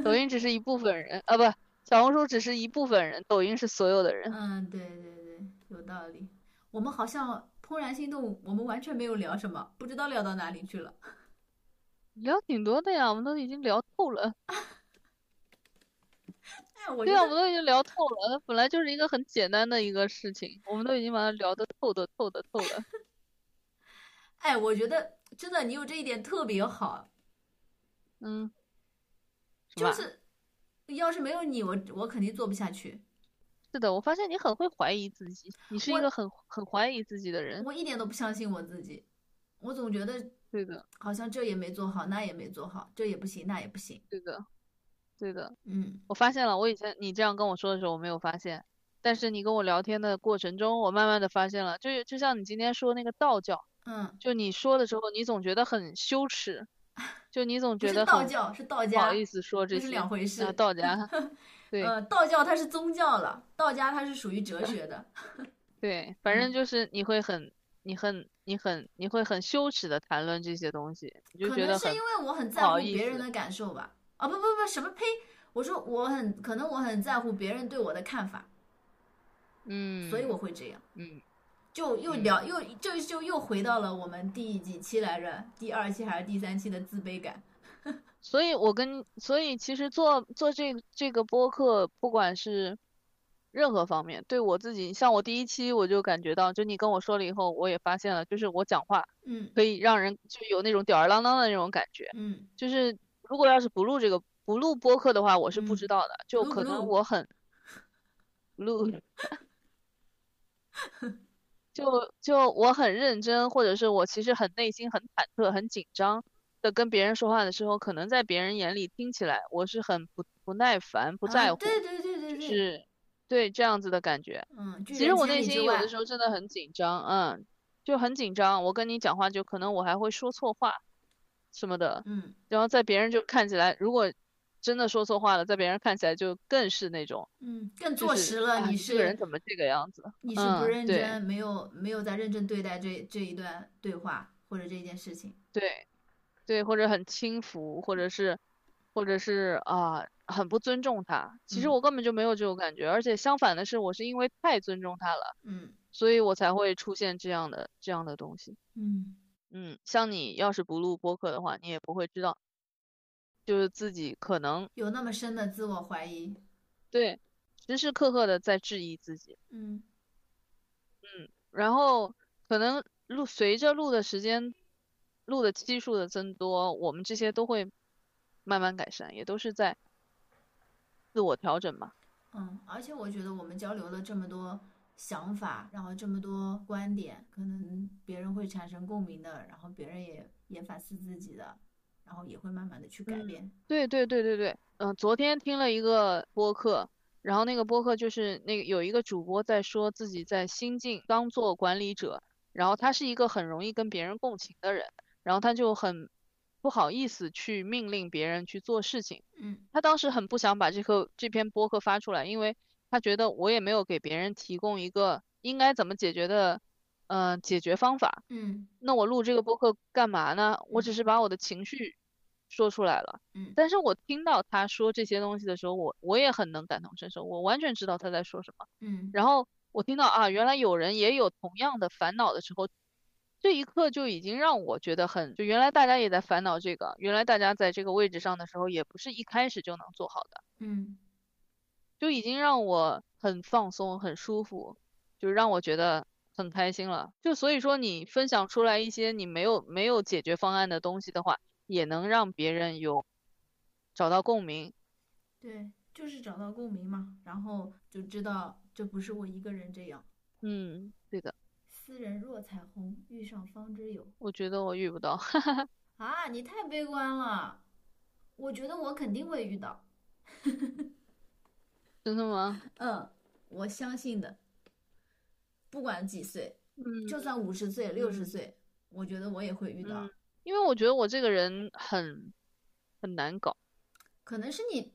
Speaker 3: 抖音只是一部分人啊，不，小红书只是一部分人，抖音是所有的人。
Speaker 2: 嗯对对对，有道理。我们好像怦然心动，我们完全没有聊什么，不知道聊到哪里去了。
Speaker 3: 聊挺多的呀，我们都已经聊透 了。
Speaker 2: 哎，我觉
Speaker 3: 对呀，我
Speaker 2: 得
Speaker 3: 们都已经聊透了，本来就是一个很简单的一个事情，我们都已经把它聊得透的透的透的。
Speaker 2: 哎，我觉得真的你有这一点特别好。
Speaker 3: 嗯，什
Speaker 2: 就
Speaker 3: 么
Speaker 2: 是，要是没有你，我我肯定做不下去，
Speaker 3: 是的，我发现你很会怀疑自己，你是一
Speaker 2: 我
Speaker 3: 个很很怀疑自己的人。
Speaker 2: 我一点都不相信我自己，我总觉得
Speaker 3: 对的，
Speaker 2: 好像这也没做好，那也没做好，这也不行，那也不行，
Speaker 3: 对的，对的。
Speaker 2: 嗯，
Speaker 3: 我发现了，我以前你这样跟我说的时候，我没有发现，但是你跟我聊天的过程中，我慢慢的发现了，就就像你今天说那个道教，
Speaker 2: 嗯，
Speaker 3: 就你说的时候，你总觉得很羞耻，就你总
Speaker 2: 不
Speaker 3: 觉
Speaker 2: 是
Speaker 3: 得
Speaker 2: 道
Speaker 3: 很
Speaker 2: 教，是道
Speaker 3: 不好
Speaker 2: 家，
Speaker 3: 意思说这
Speaker 2: 这是
Speaker 3: 些
Speaker 2: 两回
Speaker 3: 啊，
Speaker 2: 事。
Speaker 3: 道 家，对
Speaker 2: 呃，道教它是宗教了，道家它是属于哲学的，
Speaker 3: 对，反正
Speaker 2: 嗯
Speaker 3: 就是你会很。你很、你很、你会很羞耻的谈论这些东西，你 就
Speaker 2: 可
Speaker 3: 觉
Speaker 2: 能
Speaker 3: 得
Speaker 2: 是
Speaker 3: 很
Speaker 2: 因为我很
Speaker 3: 不
Speaker 2: 在
Speaker 3: 好
Speaker 2: 乎
Speaker 3: 意
Speaker 2: 别人
Speaker 3: 思
Speaker 2: 的感受吧。啊，不不不，什么呸！我说我很可能我很在乎别人对我的看法，所以
Speaker 3: 嗯
Speaker 2: 我会这样。
Speaker 3: 嗯，
Speaker 2: 就又
Speaker 3: 嗯
Speaker 2: 聊、又就就又回到了我们第几期来着？第二期还是第三期的自卑感？
Speaker 3: 所以我跟所以其实做做这这个播客，不管是任何方面，对我自己，像我第一期我就感觉到，就你跟我说了以后，我也发现了，就是我讲话
Speaker 2: 嗯
Speaker 3: 可以让人就有那种吊儿郎当的那种感觉，
Speaker 2: 嗯，
Speaker 3: 就是如果要是不录这个不录播客的话，我是不
Speaker 2: 嗯
Speaker 3: 知道的，就
Speaker 2: 录
Speaker 3: 可
Speaker 2: 不
Speaker 3: 能
Speaker 2: 录
Speaker 3: 我很 录就就我很认真，或者是我其实很内心很忐忑、很紧张的跟别人说话的时候，可能在别人眼里听起来我是很不不耐烦、不在
Speaker 2: 啊，
Speaker 3: 乎，
Speaker 2: 对对对对
Speaker 3: 就
Speaker 2: 对，
Speaker 3: 是对这样子的感觉。
Speaker 2: 嗯，拒
Speaker 3: 其实
Speaker 2: 人
Speaker 3: 我
Speaker 2: 千
Speaker 3: 内
Speaker 2: 里之
Speaker 3: 心有
Speaker 2: 外
Speaker 3: 的时候真的很紧张，嗯，就很紧张。我跟你讲话就可能我还会说错话什么的，
Speaker 2: 嗯
Speaker 3: 然后在别人就看起来，如果真的说错话了，在别人看起来就更是那种，
Speaker 2: 嗯，更
Speaker 3: 就
Speaker 2: 坐
Speaker 3: 是
Speaker 2: 实了，
Speaker 3: 啊
Speaker 2: 你
Speaker 3: 这个人
Speaker 2: 是
Speaker 3: 怎么这个样子？
Speaker 2: 你是不
Speaker 3: 嗯
Speaker 2: 认
Speaker 3: 对
Speaker 2: 真，没有没有在认真对待这这一段对话或者这件事情。
Speaker 3: 对，对，或者很轻浮，或者是，或者是啊、很不尊重他。其实
Speaker 2: 嗯
Speaker 3: 我根本就没有这种感觉，而且相反的是，我是因为太尊重他了，
Speaker 2: 嗯
Speaker 3: 所以我才会出现这样的这样的东西。
Speaker 2: 嗯
Speaker 3: 嗯，像你要是不录播客的话，你也不会知道，就是自己可能
Speaker 2: 有那么深的自我怀疑。
Speaker 3: 对时时刻刻的在质疑自己，
Speaker 2: 嗯
Speaker 3: 然后可能录随着录的时间、录的期数的增多，我们这些都会慢慢改善，也都是在自我调整嘛。
Speaker 2: 嗯，而且我觉得我们交流了这么多想法，然后这么多观点，可能别人会产生共鸣的，然后别人也也反思自己的，然后也会慢慢的去改
Speaker 3: 嗯
Speaker 2: 变。
Speaker 3: 对对对对对，嗯、昨天听了一个播客，然后那个播客就是那个有一个主播在说自己在新晋刚做管理者，然后他是一个很容易跟别人共情的人，然后他就很不好意思去命令别人去做事情。
Speaker 2: 嗯
Speaker 3: 他当时很不想把这个这篇播客发出来，因为他觉得我也没有给别人提供一个应该怎么解决的，嗯、解决方法。
Speaker 2: 嗯
Speaker 3: 那我录这个播客干嘛呢？我只
Speaker 2: 嗯
Speaker 3: 是把我的情绪说出来了。
Speaker 2: 嗯
Speaker 3: 但是我听到他说这些东西的时候，我我也很能感同身受，我完全知道他在说什么。
Speaker 2: 嗯
Speaker 3: 然后我听到啊，原来有人也有同样的烦恼的时候，这一刻就已经让我觉得很，就原来大家也在烦恼这个，原来大家在这个位置上的时候，也不是一开始就能做好的，
Speaker 2: 嗯
Speaker 3: 就已经让我很放松、很舒服，就让我觉得很开心了。就所以说，你分享出来一些你没有没有解决方案的东西的话，也能让别人有找到共鸣。
Speaker 2: 对，就是找到共鸣嘛，然后就知道这不是我一个人这样。
Speaker 3: 嗯，对的，
Speaker 2: 斯人若彩虹，遇上方知有。
Speaker 3: 我觉得我遇不到。
Speaker 2: 啊，你太悲观了，我觉得我肯定会遇到。
Speaker 3: 真的吗？
Speaker 2: 嗯，我相信的，不管几岁，
Speaker 3: 嗯，
Speaker 2: 就算五十岁、六十
Speaker 3: 嗯
Speaker 2: 岁，我觉得我也会遇到
Speaker 3: 嗯。因为我觉得我这个人很很难搞，
Speaker 2: 可能是你，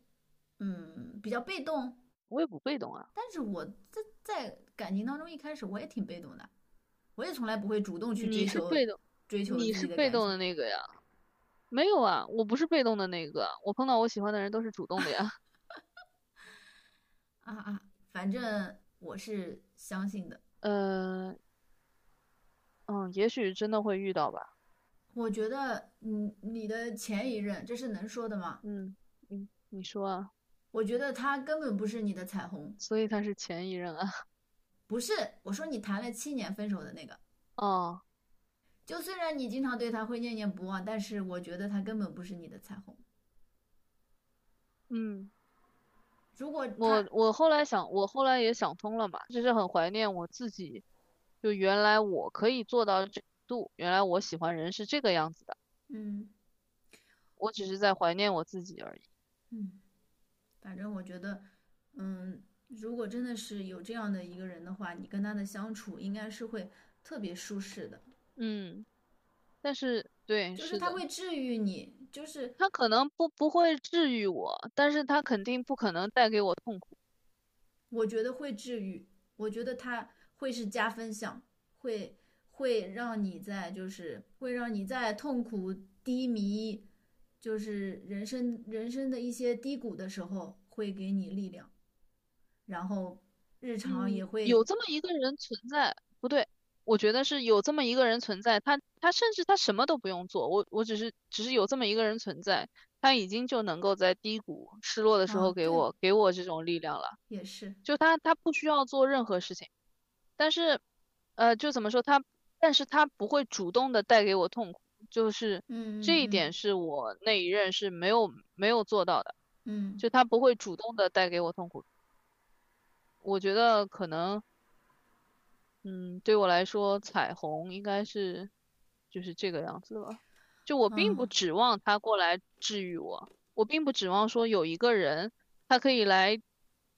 Speaker 2: 嗯，比较被动，
Speaker 3: 我也不被动啊。
Speaker 2: 但是我在在感情当中一开始我也挺被动的，我也从来不会主动去追
Speaker 3: 你是
Speaker 2: 求
Speaker 3: 被动，
Speaker 2: 追求
Speaker 3: 你是
Speaker 2: 自己的
Speaker 3: 被
Speaker 2: 感
Speaker 3: 动
Speaker 2: 情
Speaker 3: 的那个呀？没有啊，我不是被动的那个，我碰到我喜欢的人都是主动的呀。
Speaker 2: 啊啊，反正我是相信的。
Speaker 3: 呃，嗯，也许真的会遇到吧。
Speaker 2: 我觉得你你的前一任，这是能说的吗？
Speaker 3: 嗯嗯，你说啊，
Speaker 2: 我觉得他根本不是你的彩虹，
Speaker 3: 所以他是前一任啊。
Speaker 2: 不是。我说你谈了七年分手的那个，
Speaker 3: 哦，
Speaker 2: 就虽然你经常对他会念念不忘，但是我觉得他根本不是你的彩虹。
Speaker 3: 嗯，
Speaker 2: 如果他
Speaker 3: 我我后来想，我后来也想通了嘛，就是很怀念我自己，就原来我可以做到这度，原来我喜欢人是这个样子的，
Speaker 2: 嗯
Speaker 3: 我只是在怀念我自己而已。
Speaker 2: 嗯，反正我觉得，嗯，如果真的是有这样的一个人的话，你跟他的相处应该是会特别舒适的，
Speaker 3: 嗯，但是对，
Speaker 2: 就是
Speaker 3: 是
Speaker 2: 他
Speaker 3: 的，
Speaker 2: 会治愈你，就是
Speaker 3: 他可能不不会治愈我，但是他肯定不可能带给我痛苦。
Speaker 2: 我觉得会治愈，我觉得它会是加分项，会会让你在就是会让你在痛苦低迷，就是人生人生的一些低谷的时候，会给你力量，然后日常也
Speaker 3: 嗯，
Speaker 2: 会
Speaker 3: 有这么一个人存在，不对，我觉得是有这么一个人存在，他他甚至他什么都不用做，我我只是只是有这么一个人存在，他已经就能够在低谷失落的时
Speaker 2: 啊，
Speaker 3: 候给
Speaker 2: 对，
Speaker 3: 我给我这种力量了，
Speaker 2: 也是，
Speaker 3: 就他他不需要做任何事情，但是，呃，就怎么说他，但是他不会主动的带给我痛苦，就是
Speaker 2: 嗯
Speaker 3: 这一点
Speaker 2: 嗯
Speaker 3: 是我那一任是没有没有做到的，
Speaker 2: 嗯
Speaker 3: 就他不会主动的带给我痛苦，我觉得可能。嗯，对我来说，彩虹应该是就是这个样子的吧。就我并不
Speaker 2: 嗯
Speaker 3: 指望他过来治愈我，我并不指望说有一个人他可以来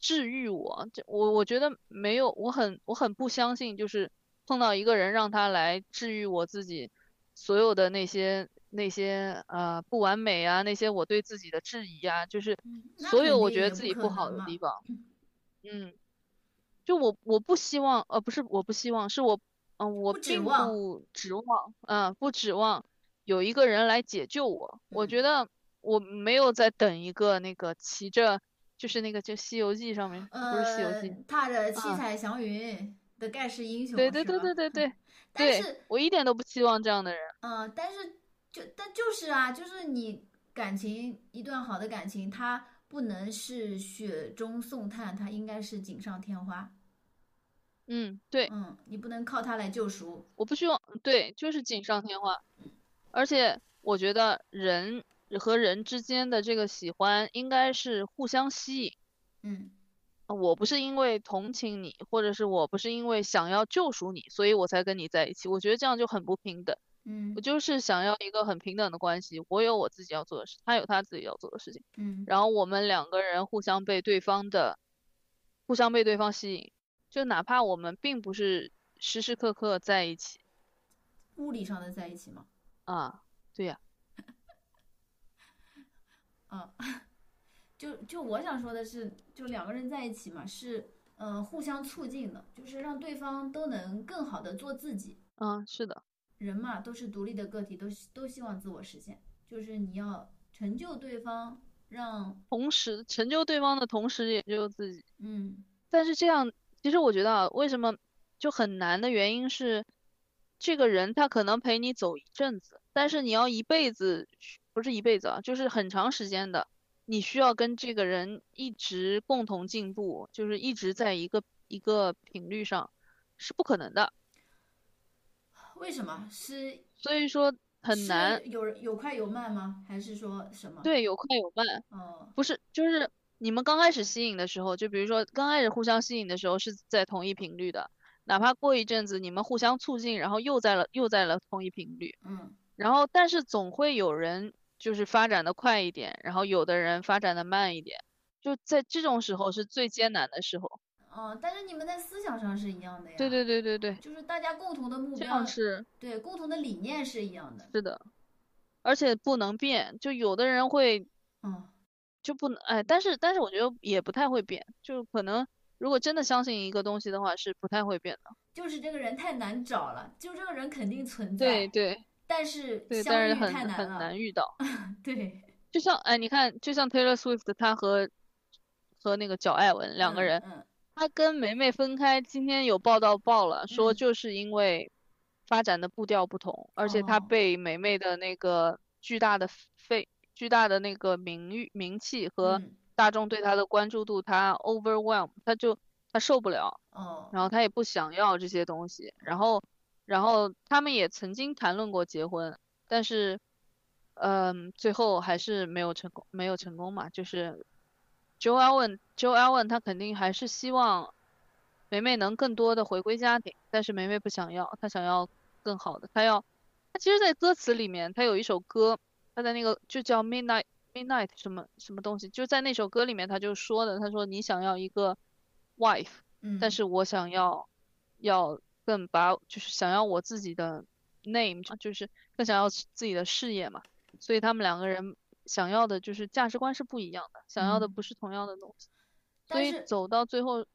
Speaker 3: 治愈我。这我我觉得没有，我很我很不相信，就是碰到一个人让他来治愈我自己所有的那些那些呃不完美啊，那些我对自己的质疑啊，就是
Speaker 2: 嗯那
Speaker 3: 所
Speaker 2: 肯
Speaker 3: 有我
Speaker 2: 定
Speaker 3: 觉得
Speaker 2: 也
Speaker 3: 自
Speaker 2: 不
Speaker 3: 己
Speaker 2: 可
Speaker 3: 不好的
Speaker 2: 能嘛
Speaker 3: 地方，嗯，就我我不希望，呃，不是我不希望，是我，嗯、我
Speaker 2: 不指
Speaker 3: 并
Speaker 2: 望
Speaker 3: 不指望，嗯、不指望有一个人来解救我。
Speaker 2: 嗯
Speaker 3: 我觉得我没有在等一个那个骑着，就是那个就《西游记》上面，不是《西游
Speaker 2: 呃
Speaker 3: 记》，，
Speaker 2: 踏着七
Speaker 3: 啊
Speaker 2: 彩祥云的盖世英雄，
Speaker 3: 对对
Speaker 2: 是
Speaker 3: 对
Speaker 2: 吧嗯
Speaker 3: 对对对，
Speaker 2: 但
Speaker 3: 对
Speaker 2: 是，
Speaker 3: 我一点都不期望这样的人。
Speaker 2: 呃，但是就但就是啊，就是你感情一段好的感情，它不能是雪中送炭，它应该是锦上添花。
Speaker 3: 嗯，对，
Speaker 2: 嗯，你不能靠它来救赎。
Speaker 3: 我不希望，对，就是锦上添花。而且我觉得人和人之间的这个喜欢应该是互相吸引。
Speaker 2: 嗯
Speaker 3: 呃我不是因为同情你，或者是我不是因为想要救赎你，所以我才跟你在一起。我觉得这样就很不平等。
Speaker 2: 嗯
Speaker 3: 我就是想要一个很平等的关系，我有我自己要做的事，他有他自己要做的事情，
Speaker 2: 嗯，
Speaker 3: 然后我们两个人互相被对方的，互相被对方吸引，就哪怕我们并不是时时刻刻在一起
Speaker 2: 物理上的在一起嘛。
Speaker 3: 啊，对呀、
Speaker 2: 嗯，就就我想说的是，就两个人在一起嘛，是嗯、呃互相促进的，就是让对方都能更好的做自己。
Speaker 3: 嗯，是的，
Speaker 2: 人嘛，都是独立的个体，都希都希望自我实现，就是你要成就对方，让
Speaker 3: 同时成就对方的同时，也就自己。
Speaker 2: 嗯
Speaker 3: 但是这样，其实我觉得啊，为什么就很难的原因是，这个人他可能陪你走一阵子，但是你要一辈子去，不是一辈子啊，就是很长时间的，你需要跟这个人一直共同进步，就是一直在一个一个频率上，是不可能的。
Speaker 2: 为什么是
Speaker 3: 所以说很
Speaker 2: 是
Speaker 3: 难，
Speaker 2: 有有快有慢吗？还是说什么？，
Speaker 3: 对，有快有慢。
Speaker 2: 哦，
Speaker 3: 不是，就是你们刚开始吸引的时候，就比如说刚开始互相吸引的时候是在同一频率的，哪怕过一阵子你们互相促进，然后又在了又在了同一频率，
Speaker 2: 嗯
Speaker 3: 然后但是总会有人就是发展的快一点，然后有的人发展的慢一点，就在这种时候是最艰难的时候。
Speaker 2: 哦，但是你们在思想上是一样的呀，
Speaker 3: 对对对对对，
Speaker 2: 就是大家共同的目
Speaker 3: 这
Speaker 2: 标
Speaker 3: 样，是
Speaker 2: 对，共同的理念是一样的，
Speaker 3: 是的，而且不能变，就有的人会
Speaker 2: 嗯
Speaker 3: 就不能，哎，但是但是我觉得也不太会变，就可能如果真的相信一个东西的话，是不太会变的。
Speaker 2: 就是这个人太难找了，就这个人肯定存在，
Speaker 3: 对对。
Speaker 2: 但是
Speaker 3: 对，
Speaker 2: 相
Speaker 3: 但是
Speaker 2: 遇
Speaker 3: 很
Speaker 2: 太
Speaker 3: 很
Speaker 2: 了，
Speaker 3: 难遇到。
Speaker 2: 对，
Speaker 3: 就像哎，你看，就像 Taylor Swift，她和和那个角艾文两个
Speaker 2: 嗯
Speaker 3: 人，
Speaker 2: 嗯
Speaker 3: 她跟梅梅分开，今天有报道报了，说
Speaker 2: 嗯
Speaker 3: 就是因为发展的步调不同，而且她
Speaker 2: 哦
Speaker 3: 被梅梅的那个巨大的费、巨大的那个名誉、名气和
Speaker 2: 嗯
Speaker 3: 大众对她的关注度，她 overwhelm，她就她受不了。
Speaker 2: 哦，
Speaker 3: 然后他也不想要这些东西，然后，然后他们也曾经谈论过结婚，但是，嗯，最后还是没有成功，没有成功嘛。就是 Joe Alwyn，Joe Alwyn 他肯定还是希望梅梅能更多的回归家庭，但是梅梅不想要，她想要更好的，她要，她其实，在歌词里面，她有一首歌，她在那个就叫 Midnight。Midnight 什么什么东西，就在那首歌里面，他就说的，他说你想要一个 wife，
Speaker 2: 嗯，
Speaker 3: 但是我想要要更把就是想要我自己的 name，就是更想要自自己的事业嘛，所以他们两个人想要的就是价值观是不一样的，想要的
Speaker 2: 嗯
Speaker 3: 不是同样的东西，所
Speaker 2: 但
Speaker 3: 以
Speaker 2: 是
Speaker 3: 走到最后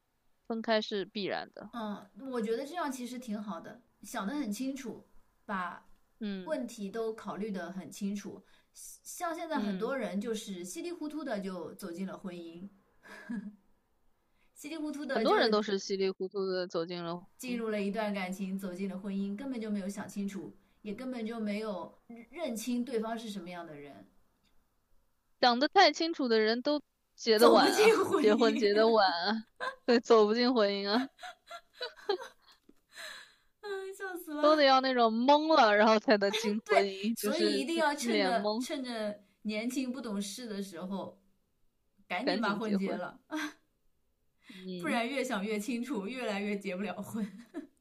Speaker 3: 分开是必然的。
Speaker 2: 嗯，我觉得这样其实挺好的，想得很清楚，把
Speaker 3: 嗯，
Speaker 2: 问题都考虑得很清楚。像现在很多
Speaker 3: 嗯
Speaker 2: 人就是稀里糊涂的就走进了婚姻， 稀里糊涂的
Speaker 3: 很
Speaker 2: 就
Speaker 3: 多人都是稀里糊涂的走进了
Speaker 2: 进入了一段感情，走进了婚姻，根本就没有想清楚，也根本就没有认清对方是什么样的人。
Speaker 3: 想得太清楚的人都结得
Speaker 2: 走不
Speaker 3: 晚啊
Speaker 2: 进婚
Speaker 3: 结婚
Speaker 2: 姻
Speaker 3: 结得晚啊，对，走不进婚姻 啊，
Speaker 2: 嗯，笑死了。
Speaker 3: 都得要那种懵了，然后才能进
Speaker 2: 对
Speaker 3: 婚姻，就
Speaker 2: 所
Speaker 3: 是
Speaker 2: 以一定要趁
Speaker 3: 脸
Speaker 2: 着
Speaker 3: 懵。
Speaker 2: 趁着年轻不懂事的时候，赶
Speaker 3: 赶
Speaker 2: 紧把
Speaker 3: 紧
Speaker 2: 婚
Speaker 3: 结
Speaker 2: 结
Speaker 3: 婚
Speaker 2: 了，
Speaker 3: 嗯
Speaker 2: 不然越想越清楚，越来越结不了婚。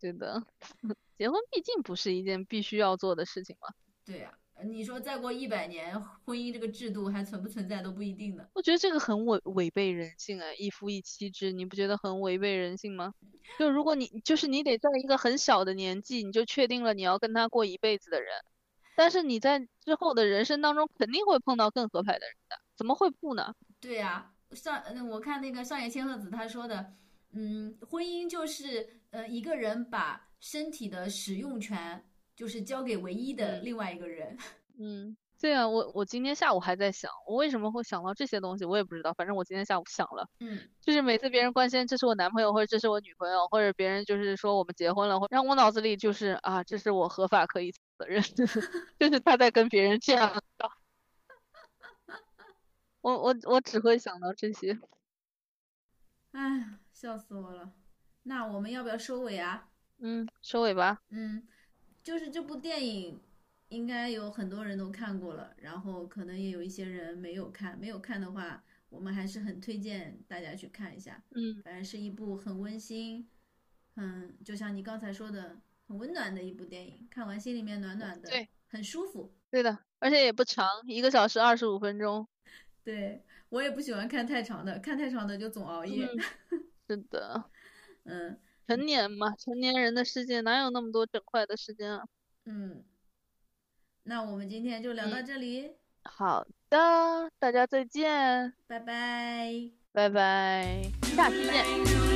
Speaker 3: 对的， 结婚毕竟不是一件必须要做的事情嘛。
Speaker 2: 对呀、你说再过一百年，婚姻这个制度还存不存在都不一定呢。
Speaker 3: 我觉得这个很违违背人性啊，一夫一妻制，你不觉得很违背人性吗？就如果你就是你得在一个很小的年纪，你就确定了你要跟他过一辈子的人，但是你在之后的人生当中肯定会碰到更合拍的人的，怎么会不呢？
Speaker 4: 对
Speaker 2: 啊
Speaker 4: 呀、上呃我看那个上野千鹤子她说的，嗯，婚姻就是呃一个人把身体的使用权就是交给唯一的
Speaker 3: 嗯
Speaker 4: 另外一个人。
Speaker 3: 嗯，对啊，我我今天下午还在想，我为什么会想到这些东西，我也不知道。反正我今天下午想了，
Speaker 4: 嗯，
Speaker 3: 就是每次别人关心这是我男朋友或者这是我女朋友，或者别人就是说我们结婚了，或让我脑子里就是啊，这是我合法可以的 人，就是他在跟别人这样搞。我我我只会想到这些。
Speaker 4: 哎，笑死我了。那我们要不要收尾啊？
Speaker 3: 嗯，收尾吧。
Speaker 4: 嗯，就是这部电影应该有很多人都看过了，然后可能也有一些人没有看。没有看的话，我们还是很推荐大家去看一下。
Speaker 3: 嗯
Speaker 4: 反正是一部很温馨，嗯，就像你刚才说的，很温暖的一部电影，看完心里面暖暖的，
Speaker 3: 对，
Speaker 4: 很舒服。
Speaker 3: 对的，而且也不长，一个小时二十五分钟。
Speaker 4: 对我也不喜欢看太长的，看太长的就总熬夜。
Speaker 3: 是的，
Speaker 4: 嗯
Speaker 3: 成年嘛，成年人的世界哪有那么多整块的时间啊？
Speaker 4: 嗯，那我们今天就聊到这里，
Speaker 3: 好的，大家再见，
Speaker 4: 拜拜。
Speaker 3: 拜拜，下期见。
Speaker 5: Thank you.